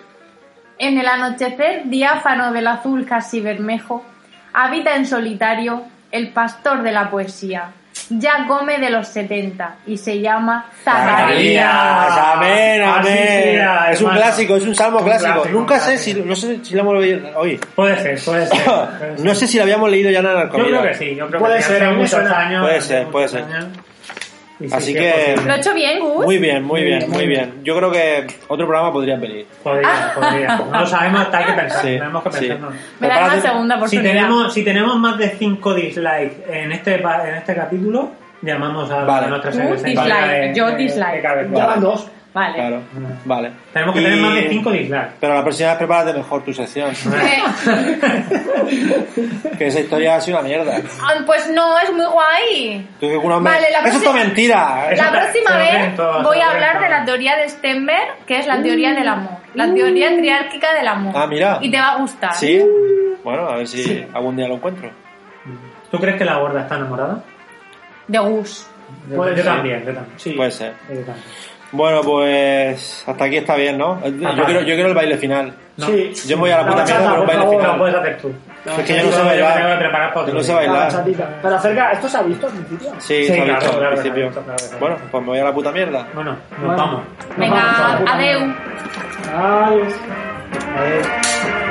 Speaker 3: En el anochecer diáfano del azul casi bermejo, habita en solitario el pastor de la poesía. Ya come de los 70 y se llama Zacarías.
Speaker 1: Zacarías, amén,
Speaker 2: Así
Speaker 1: amén.
Speaker 2: sea,
Speaker 1: Es un
Speaker 2: hermano.
Speaker 1: clásico, es un salmo
Speaker 2: Un
Speaker 1: clásico.
Speaker 2: clásico,
Speaker 1: Nunca
Speaker 2: un
Speaker 1: sé si,
Speaker 2: clásico.
Speaker 1: no sé si lo hemos leído hoy.
Speaker 2: Puede ser, puede ser. puede ser.
Speaker 1: No sé si lo habíamos leído ya en el
Speaker 2: Yo creo que sí, yo creo
Speaker 4: Puede
Speaker 2: que sí,
Speaker 4: ser,
Speaker 2: hace
Speaker 4: me
Speaker 2: muchos
Speaker 4: suena.
Speaker 2: años,
Speaker 1: Puede
Speaker 2: hace
Speaker 1: ser,
Speaker 2: muchos
Speaker 1: puede ser.
Speaker 2: años. Y
Speaker 1: Así
Speaker 2: es
Speaker 1: que-
Speaker 3: ¿Lo he
Speaker 2: posible.
Speaker 3: hecho bien, Gus?
Speaker 1: Muy bien, muy bien, muy bien. Yo creo que otro programa podría venir.
Speaker 2: Podría, podría. No lo sabemos, hasta hay que pensar.
Speaker 1: Sí,
Speaker 2: tenemos que
Speaker 1: sí.
Speaker 2: pensarnos.
Speaker 3: Ah. Me das una
Speaker 1: Prepárate.
Speaker 3: segunda
Speaker 2: Si
Speaker 3: oportunidad.
Speaker 2: tenemos, si tenemos más de 5 dislikes en este, pa- en este capítulo, llamamos a,
Speaker 1: Vale.
Speaker 2: a nuestra
Speaker 3: Tú
Speaker 2: secretaria
Speaker 3: dislike,
Speaker 2: de-
Speaker 3: yo
Speaker 2: de-
Speaker 3: dislike.
Speaker 2: de cabeza.
Speaker 4: Ya van dos.
Speaker 3: Vale.
Speaker 1: Claro, vale.
Speaker 2: Tenemos que
Speaker 1: Y-
Speaker 2: tener más de 5 dislikes.
Speaker 1: Pero la próxima vez prepárate mejor tu sección.
Speaker 3: Eh,
Speaker 1: que esa historia ha sido una mierda.
Speaker 3: ah, pues no, es muy guay.
Speaker 1: Tú que un hombre-
Speaker 3: Vale,
Speaker 1: Eso
Speaker 3: la
Speaker 1: es
Speaker 3: próxima-
Speaker 1: todo mentira. ¿eh?
Speaker 3: La próxima
Speaker 2: se lo
Speaker 3: vez
Speaker 2: creen todos,
Speaker 3: voy
Speaker 2: se lo creen
Speaker 3: a hablar de
Speaker 2: todos.
Speaker 3: la teoría de Stenberg, que es la teoría del amor. La teoría triárquica del amor.
Speaker 1: Ah, mira.
Speaker 3: Y te va a gustar.
Speaker 1: Sí. Bueno, a ver si algún día lo encuentro.
Speaker 2: ¿Tú crees que la gorda está enamorada?
Speaker 3: De Gus.
Speaker 2: Yo,
Speaker 4: Puede
Speaker 2: yo
Speaker 4: ser.
Speaker 2: también, yo también.
Speaker 4: Sí.
Speaker 1: Puede ser.
Speaker 2: Yo también.
Speaker 1: Bueno, pues hasta aquí está bien, ¿no? Yo
Speaker 2: Ajá.
Speaker 1: quiero, yo quiero el baile final.
Speaker 2: No.
Speaker 4: Sí.
Speaker 1: Yo me voy a la
Speaker 4: La
Speaker 1: puta mierda por
Speaker 4: bachata,
Speaker 1: un
Speaker 4: por
Speaker 1: baile
Speaker 2: No,
Speaker 4: favor.
Speaker 2: lo
Speaker 1: final.
Speaker 2: puedes hacer tú.
Speaker 1: Es que yo no
Speaker 2: Yo
Speaker 1: sé
Speaker 2: me tengo
Speaker 1: bailar.
Speaker 2: que preparar para
Speaker 1: Yo
Speaker 2: otro
Speaker 1: no sé
Speaker 2: día.
Speaker 4: La
Speaker 1: bailar.
Speaker 4: bachatita. Pero acerca, ¿esto se ha visto en principio?
Speaker 1: Sí,
Speaker 2: Sí,
Speaker 1: se ha
Speaker 2: claro,
Speaker 1: visto al
Speaker 2: claro, claro,
Speaker 1: principio.
Speaker 2: claro, claro.
Speaker 1: Bueno, pues me voy a la puta mierda.
Speaker 2: Bueno, nos
Speaker 4: Bueno.
Speaker 2: vamos.
Speaker 3: Venga, adeu.
Speaker 4: Adiós.